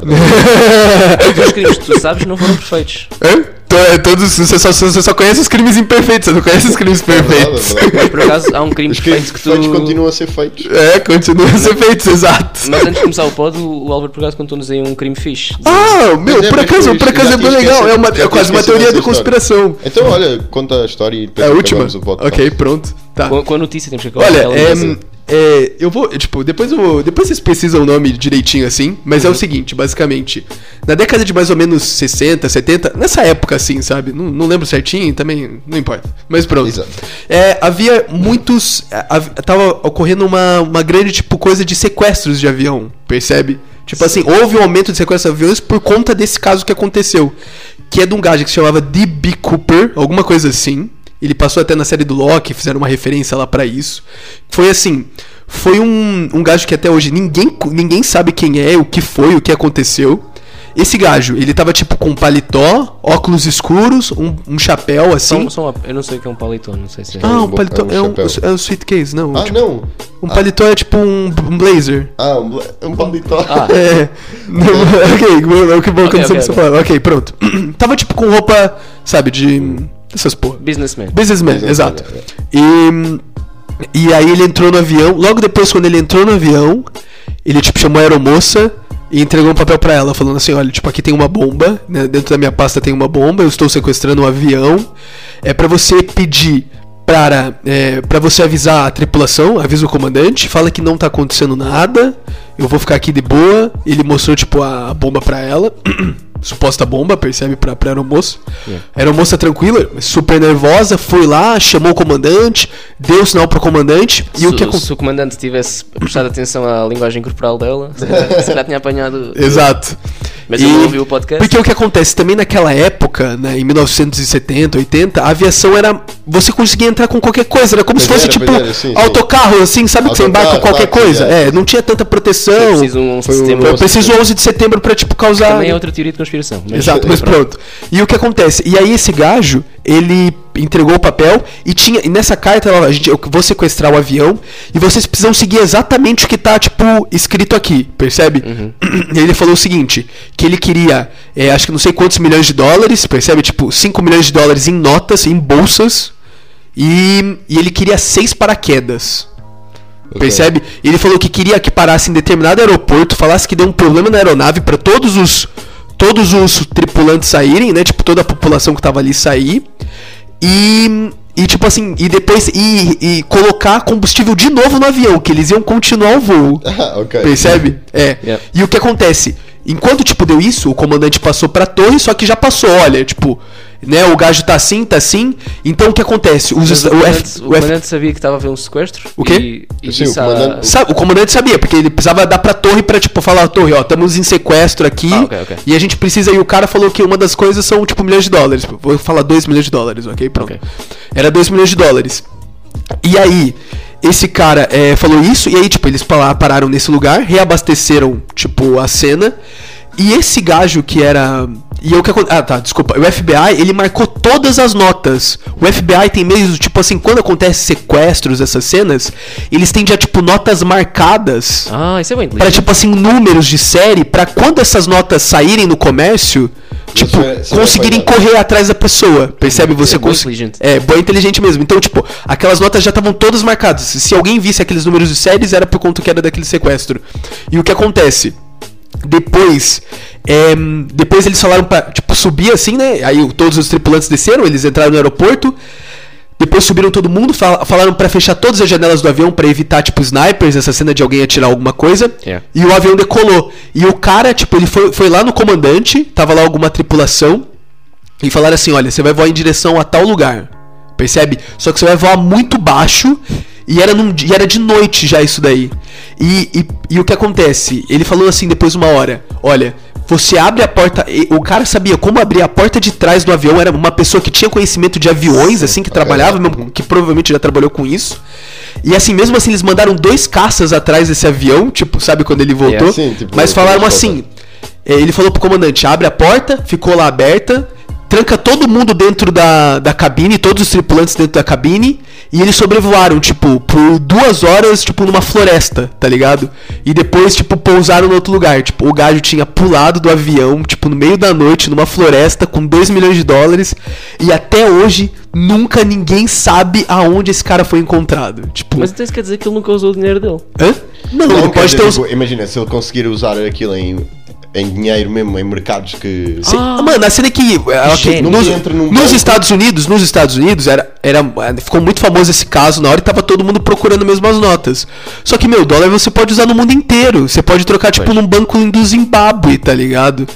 A: verdade.
C: Os crimes que tu sabes não foram perfeitos.
B: Hã? To- Todos, você, só, você só conhece os crimes imperfeitos, você não conhece
A: (laughs)
B: os
A: É,
B: crimes perfeitos.
A: verdade, verdade.
C: Por acaso há um crime
A: Os crimes
C: perfeito que tu.
A: perfeitos continuam a ser feitos.
B: (laughs) É, continua a ser feito, exato.
C: Mas antes de começar o pod, o, o Álvaro por acaso contou-nos aí um crime fixe.
B: Ah, meu,
A: Mas é
B: por
A: porque
B: acaso,
A: eu
B: por acaso
A: já
B: é
A: tinha
B: bem legal,
A: esquecido-
B: é, uma,
A: já
B: é
A: tinha
B: quase uma
A: esquecido
B: teoria da
A: dessa história.
B: conspiração.
A: Então, olha, conta a história e
B: É
A: depois
B: a última?
A: acabamos o podcast.
B: Ok, pronto, tá.
C: Com, com a notícia temos que acabar.
B: Olha,
C: aquela
B: é,
C: notícia.
B: é, eu vou, tipo, depois eu vou, depois vocês precisam o nome direitinho assim, mas é o seguinte, basicamente, na década de mais ou menos 60, 70, nessa época assim, sabe, não, não lembro certinho, também não importa, mas pronto.
A: Exato.
B: É, havia muitos, a- a- tava ocorrendo uma, uma grande, tipo, coisa de sequestros de avião, percebe? Tipo assim, houve um aumento de sequestros de aviões por conta desse caso que aconteceu, que é de um gajo que se chamava D.B. Cooper, alguma coisa assim, ele passou até na série do Loki, fizeram uma referência lá pra isso. Foi assim, foi um, um gajo que até hoje ninguém, co- ninguém sabe quem é, o que foi, o que aconteceu. Esse gajo, ele tava tipo com paletó, óculos escuros, um, um chapéu assim.
C: Só, só uma- eu não sei o que é um paletó, não sei se é.
B: Ah,
A: É
B: um
A: um bo-
B: paletó
A: é um
B: é um,
A: chapéu.
B: é um suitcase, não.
A: Ah,
B: tipo,
A: não.
B: Um paletó é tipo um, um blazer.
A: Ah, um, bla- um paletó.
C: Ah.
B: É. Não, (laughs) ok, bom, que bom que eu
C: Ok,
B: não sei o
C: ok,
B: que você
C: ok.
B: falava. Ok, pronto. (clears throat) tava tipo com roupa, sabe, de. Essas porra.
C: Businessman.
B: Businessman,
A: Businessman,
B: exato. E, e aí ele entrou no avião. Logo depois, quando ele entrou no avião, ele tipo chamou a aeromoça e entregou um papel pra ela, falando assim: olha, tipo, aqui tem uma bomba, né? dentro da minha pasta tem uma bomba, eu estou sequestrando um avião. É pra você pedir para é, para você avisar a tripulação, avisa o comandante, fala que não tá acontecendo nada, eu vou ficar aqui de boa. Ele mostrou tipo a bomba pra ela. (clears throat) Suposta bomba, percebe, pra, pra aeromoça. Aeromoça tranquila, super nervosa, foi lá, chamou o comandante, deu o sinal pro comandante. E
C: Se,
B: o que é
C: o-
B: aconteceu?
C: se o comandante tivesse prestado atenção à linguagem corporal dela, se calhar- se calhar tinha apanhado.
B: Exato.
C: Mas eu não ouvi o podcast.
B: Porque é o que acontece também naquela época, né, em 1970, 80, a aviação era. Você conseguia entrar com qualquer coisa, era como se
A: Pois
B: fosse
A: era,
B: tipo
A: pois era, sim, sim.
B: autocarro, assim, sabe? Que você
A: Autocarro,
B: embarca qualquer
A: táxi,
B: coisa.
A: é.
B: É, não tinha tanta
C: Eu
B: proteção.
C: preciso um
A: Foi um-
C: sistema.
A: foi
B: Eu preciso 11 de setembro pra, tipo, causar.
C: Também é outra teoria de conspiração. mas-
B: Exato, mas pronto. E o que acontece? E aí esse gajo, ele entregou o papel e tinha e nessa carta ela, a gente, eu vou sequestrar o avião e vocês precisam seguir exatamente o que tá tipo escrito aqui, percebe? (clears throat) E ele falou o seguinte, que ele queria, é, acho que não sei quantos milhões de dólares, percebe? Tipo 5 milhões de dólares em notas, em bolsas. E, e ele queria seis paraquedas. Percebe? Ele falou que queria que parasse em determinado aeroporto, falasse que deu um problema na aeronave para todos os todos os tripulantes saírem, né? Tipo toda a população que tava ali sair. E e tipo assim, e depois e, e colocar combustível de novo no avião, que eles iam continuar o voo.
A: Ah, ok.
B: Percebe? É.
C: Yeah.
B: E o que acontece? Enquanto, tipo, deu isso, o comandante passou pra torre, só que já passou, olha, tipo, né, o gajo tá assim, tá assim. Então o que acontece? Os
C: Mas
B: est-
C: o,
B: o,
C: comandante,
B: F,
C: o
B: o F-
C: comandante sabia que estava a haver um sequestro.
B: O quê?
C: E, e
A: Sim, o
C: disse à-
A: comandante-
B: Sa- o comandante sabia, porque ele precisava dar pra torre pra, tipo, falar, torre, ó, estamos em sequestro aqui.
C: Ah, ok, ok.
B: E a gente precisa. E o cara falou que uma das coisas são, tipo, milhões de dólares. Vou falar 2 milhões de dólares, ok? Pronto.
C: Ok.
B: Era 2 milhões de dólares. E aí, esse cara é, falou isso, e aí, tipo, eles pala- pararam nesse lugar, reabasteceram, tipo, a cena. E esse gajo que era. E eu que acon- Ah, tá, desculpa. O FBI, ele marcou todas as notas. O FBI tem meios, tipo assim, quando acontece sequestros, essas cenas, eles têm já, tipo, notas marcadas.
C: Ah, isso é bem
B: Pra,
C: inteligente.
B: tipo assim, números de série, pra quando essas notas saírem no comércio, tipo,
A: vai- você vai
B: conseguirem
A: apanhar.
B: correr atrás da pessoa. Percebe? Você
C: boa
B: cons-
C: inteligente.
B: É, boa inteligente mesmo. Então, tipo, aquelas notas já estavam todas marcadas. Se alguém visse aqueles números de séries, era por conta que era daquele sequestro. E o que acontece? Depois, é, depois eles falaram pra, tipo, subir assim, né? Aí o- todos os tripulantes desceram, eles entraram no aeroporto. Depois subiram todo mundo, fal- falaram pra fechar todas as janelas do avião pra evitar, tipo, snipers, essa cena de alguém atirar alguma coisa.
C: Yeah.
B: E o avião decolou. E o cara, tipo, ele foi, foi lá no comandante, tava lá alguma tripulação, e falaram assim: olha, você vai voar em direção a tal lugar. Percebe? Só que você vai voar muito baixo. E era, num, di- e era de noite já isso daí. E, e, e o que acontece? Ele falou assim depois de uma hora: Olha, você abre a porta. e o cara sabia como abrir a porta de trás do avião. Era uma pessoa que tinha conhecimento de aviões, assim, que trabalhava, mesmo, que provavelmente já trabalhou com isso. E assim, mesmo assim, eles mandaram dois caças atrás desse avião, tipo, sabe, quando ele voltou.
C: Yeah,
A: sim, tipo,
B: mas falaram
A: quando
B: assim: é, Ele falou pro comandante: abre a porta, ficou lá aberta, tranca todo mundo dentro da, da cabine, todos os tripulantes dentro da cabine, e eles sobrevoaram, tipo, por duas horas, tipo, numa floresta, tá ligado? E depois, tipo, pousaram em outro lugar. Tipo, o gajo tinha pulado do avião, tipo, no meio da noite, numa floresta, com 2 milhões de dólares, e até hoje nunca ninguém sabe aonde esse cara foi encontrado. Tipo,
C: Mas então isso quer dizer que ele nunca usou o dinheiro dele.
B: hã? Não,
A: Não,
B: ele
A: quer
B: pode
A: dizer,
B: ter os.
A: tipo, Imagina, se ele conseguir usar aquilo em, em dinheiro mesmo, em mercados que.
B: Sim. Mano, a cena que. ah, ok,
C: Gênio.
B: nos,
A: Não entra num
B: nos
A: banco.
B: Estados Unidos, nos Estados Unidos, era, era, ficou muito famoso esse caso na hora e tava todo mundo procurando mesmo as notas. Só que, meu, dólar você pode usar no mundo inteiro. Você pode trocar, tipo, num banco do Zimbábue, tá ligado?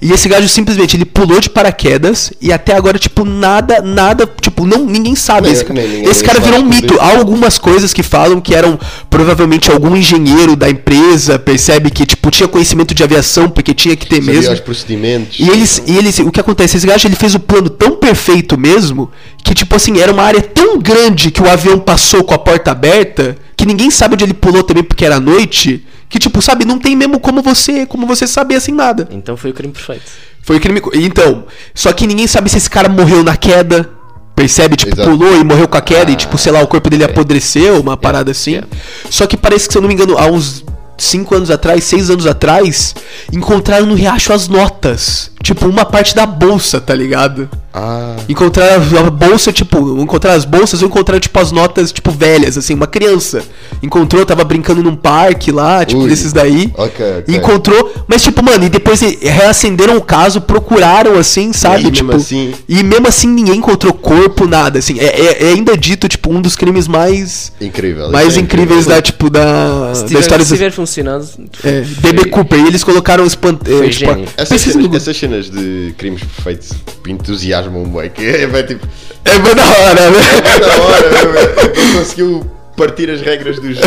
B: E esse gajo simplesmente, ele pulou de paraquedas e até agora, tipo, nada, nada, tipo, não, ninguém sabe.
A: Nem-
B: esse ca-
A: nem ninguém
B: esse cara
A: sabe
B: virou um
A: tudo
B: mito.
A: isso.
B: Há algumas coisas que falam que eram provavelmente algum engenheiro da empresa, percebe que, tipo, tinha conhecimento de aviação, porque tinha que ter
A: sabia
B: mesmo.
A: os procedimentos.
B: E eles, e eles, o que acontece? Esse gajo ele fez o plano tão perfeito mesmo que, tipo assim, era uma área tão grande que o avião passou com a porta aberta que ninguém sabe onde ele pulou também porque era noite. Que, tipo, sabe, não tem mesmo como você como você saber assim nada.
C: Então foi o crime perfeito.
B: Foi crime. co- Então, só que ninguém sabe se esse cara morreu na queda. Percebe? Tipo,
A: Exato.
B: pulou e morreu com a queda e, tipo, sei lá, o corpo dele apodreceu, uma parada assim.
C: yeah.
B: Só que parece que, se eu não me engano, há uns 5 anos atrás, 6 anos atrás, encontraram no riacho as notas. Tipo, uma parte da bolsa, tá ligado?
A: Ah,
B: Encontrar a bolsa, tipo, encontrar as bolsas ou encontrar, tipo, as notas, tipo, velhas, assim, uma criança. Encontrou, tava brincando num parque lá, tipo,
A: Ui.
B: desses daí.
A: Ok, ok.
B: Encontrou, mas, tipo, mano, e depois e- reacenderam o caso, procuraram, assim, sabe?
A: E aí,
B: tipo,
A: mesmo assim-
B: E mesmo assim ninguém encontrou corpo, nada, assim. É, é- é ainda dito, tipo, um dos crimes mais,
A: incrível.
B: mais
A: Isso é
B: incríveis da, tipo, da,
C: Se
B: da
C: tiver,
B: história
C: se
B: das-
C: tiver funcionado.
B: é,
C: foi-
B: DB Cooper, e eles colocaram espanto.
C: Foi
B: É, tipo,
C: gênio.
A: Essas
B: pesquisa no
A: cenas,
B: Google.
A: essas cenas de crimes perfeitos entusiasmam um bem. Que é, vai tipo.
B: É bem da
A: (laughs)
B: hora, né?
A: Na É hora, meu, meu, ele conseguiu partir as regras do jogo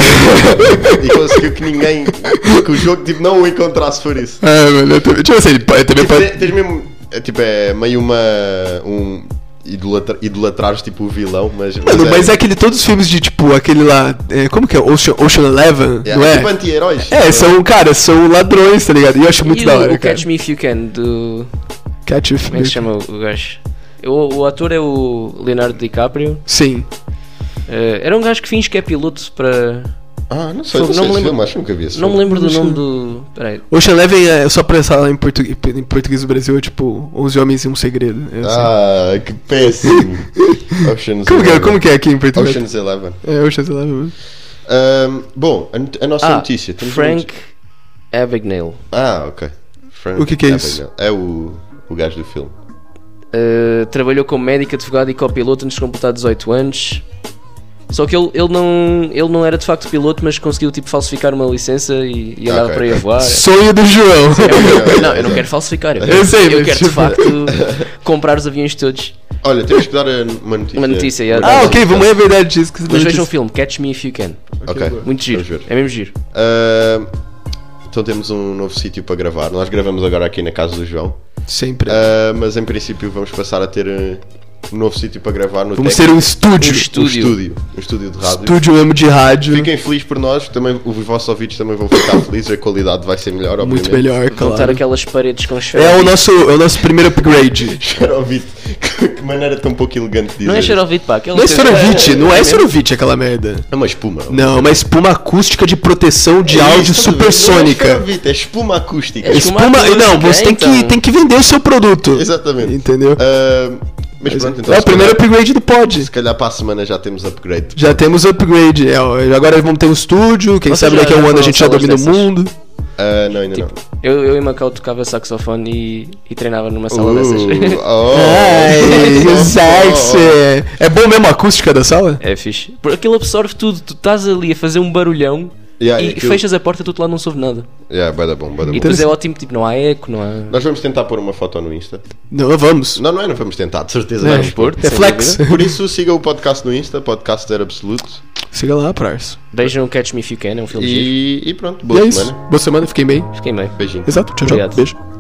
A: e conseguiu que ninguém. que o jogo tipo, não o encontrasse por isso.
B: É, mano, eu também- tipo assim, ele pa- também
A: Tipo,
B: pode.
A: te- tens mesmo. É, tipo, é meio uma. um. idolatra, idolatrares tipo o vilão, mas.
B: Mano, mas é aquele, todos os filmes de tipo, aquele lá. é, como que é? Ocean, Ocean Eleven?
A: é,
B: não é?
A: tipo anti-heróis.
B: É, são, cara, são ladrões, tá ligado? E eu acho muito
C: e
B: da
C: o-
B: hora,
C: o
B: cara.
C: Catch Me If You Can do.
B: Catch If
C: Como é que se
B: You-
C: chama o o gajo? O, o ator é o Leonardo DiCaprio.
B: Sim.
C: Eh, era um gajo que finge que é piloto para.
A: Ah, não sei,
C: Fogo,
A: não sei
C: não me
A: esse
C: lembro-
A: filme, acho que nunca vi esse
C: Não me
A: filme.
C: lembro do
B: Não
C: nome do. Peraí.
B: Ocean Eleven é só pra falar em, portu... em português do Brasil, é tipo 11 homens e um segredo. é assim.
A: Ah, que péssimo. Ocean's
B: como, que é,
A: Eleven.
B: como que é aqui em português?
A: Ocean's Eleven.
B: É, Ocean Eleven. mano.
A: Ahm, bom, a, not- a nossa
C: Ah,
A: notícia. temos
C: Frank Abagnale.
A: uma notícia. Ah, ok. Frank
B: O que que é
A: Abagnale.
B: isso?
A: É o, o gajo do filme.
C: Uh, trabalhou como médico, advogado e copiloto antes de completar 18 anos. Só que ele, ele, não, ele não era de facto piloto, mas conseguiu tipo, falsificar uma licença e, e andava
A: Ok.
C: para aí a
B: (laughs)
C: voar.
B: Sonho do João.
C: Ah, É o meu-
A: Ok,
C: não, eu não
A: ok.
C: quero falsificar. Eu,
B: Eu sei,
C: eu
B: mas
C: quero de
B: tipo-
C: facto comprar os aviões todos.
A: Olha, temos que dar eh, uma notícia.
C: Uma notícia, é.
B: (laughs) ah, ok, vamos é verdade disso que você
C: Mas
B: disse.
C: vejam o filme, Catch Me If You Can.
A: Ok.
C: Muito giro.
A: Vamos ver.
C: É mesmo giro.
A: Ahm, então temos um novo sítio para gravar. Nós gravamos agora aqui na casa do João.
B: Sempre.
A: Ah, mas em princípio vamos passar a ter eh, um novo sítio para gravar no
B: Vamos
A: Tec-
B: ter um estúdio.
A: é
C: Um
A: um
C: estúdio.
A: estúdio. Um estúdio de rádio.
B: Estúdio mesmo de rádio.
A: Fiquem felizes por nós, também, os vossos ouvidos também vão ficar felizes, a qualidade vai ser melhor, obviamente.
B: Muito
A: (laughs)
B: melhor,
C: Voltar
B: claro.
C: aquelas paredes com esfera.
B: É o nosso, é o nosso primeiro upgrade.
A: Xarovite, que, que maneira tão pouco elegante de dizer.
C: Não é xerovite, pá. aquele
B: Não é
C: teu-
B: sorvete, não é sorvete aquela merda.
A: É uma espuma.
B: Não, uma espuma acústica de proteção de
A: É
B: áudio
A: isso, tudo bem. Não é
B: supersônica.
A: xarovite, é espuma acústica.
C: É
B: Espuma,
C: Espuma acústica,
B: não, você tem, que,
C: então.
B: tem que vender o seu produto.
A: Exatamente.
B: Entendeu?
A: Ah, mas pronto, então.
B: é o
A: se
B: primeiro
A: calhar-
B: upgrade do pod.
A: Se calhar para a semana já temos upgrade.
B: Já temos upgrade. é, ó, agora vamos ter um estúdio, quem
C: Vocês
B: sabe
C: já-
B: daqui a
C: já
B: um ano a
C: foram
B: gente já
C: salas
B: domina o
C: dessas?
B: mundo.
A: Ah, não, ainda não.
C: Eu, eu em Macau tocava saxofone e, e treinava numa sala
A: Uh,
C: dessas. (laughs)
A: oh. (laughs)
B: (laughs) Ai,
A: Oh,
B: o
A: oh,
B: sexy. É bom mesmo a acústica da sala?
C: É fixe. Porque Aquilo absorve tudo. Tu estás ali a fazer um barulhão
A: Yeah, é
C: e
A: aquilo- Então,
C: fechas a porta e tu lá não soube nada.
A: Yeah, bada bom, bada
C: E
A: bom.
C: depois é ótimo, tipo, não há eco, não há.
A: Nós vamos tentar pôr uma foto no Insta.
B: Não, vamos.
A: Não, não é, não vamos tentar, de certeza.
B: É.
A: vamos pôr.
B: É flex.
A: Por isso siga o podcast no Insta, podcast zero absoluto.
B: (laughs) Siga lá, parça.
C: Beijam Catch Me If You Can, é um filme giro.
A: E, e pronto,
B: E é
A: boa
B: isso.
A: semana.
B: Boa semana, fiquem bem.
C: Fiquem bem.
A: Beijinho.
B: Exato, tchau, tchau.
C: Obrigado.
B: Beijo.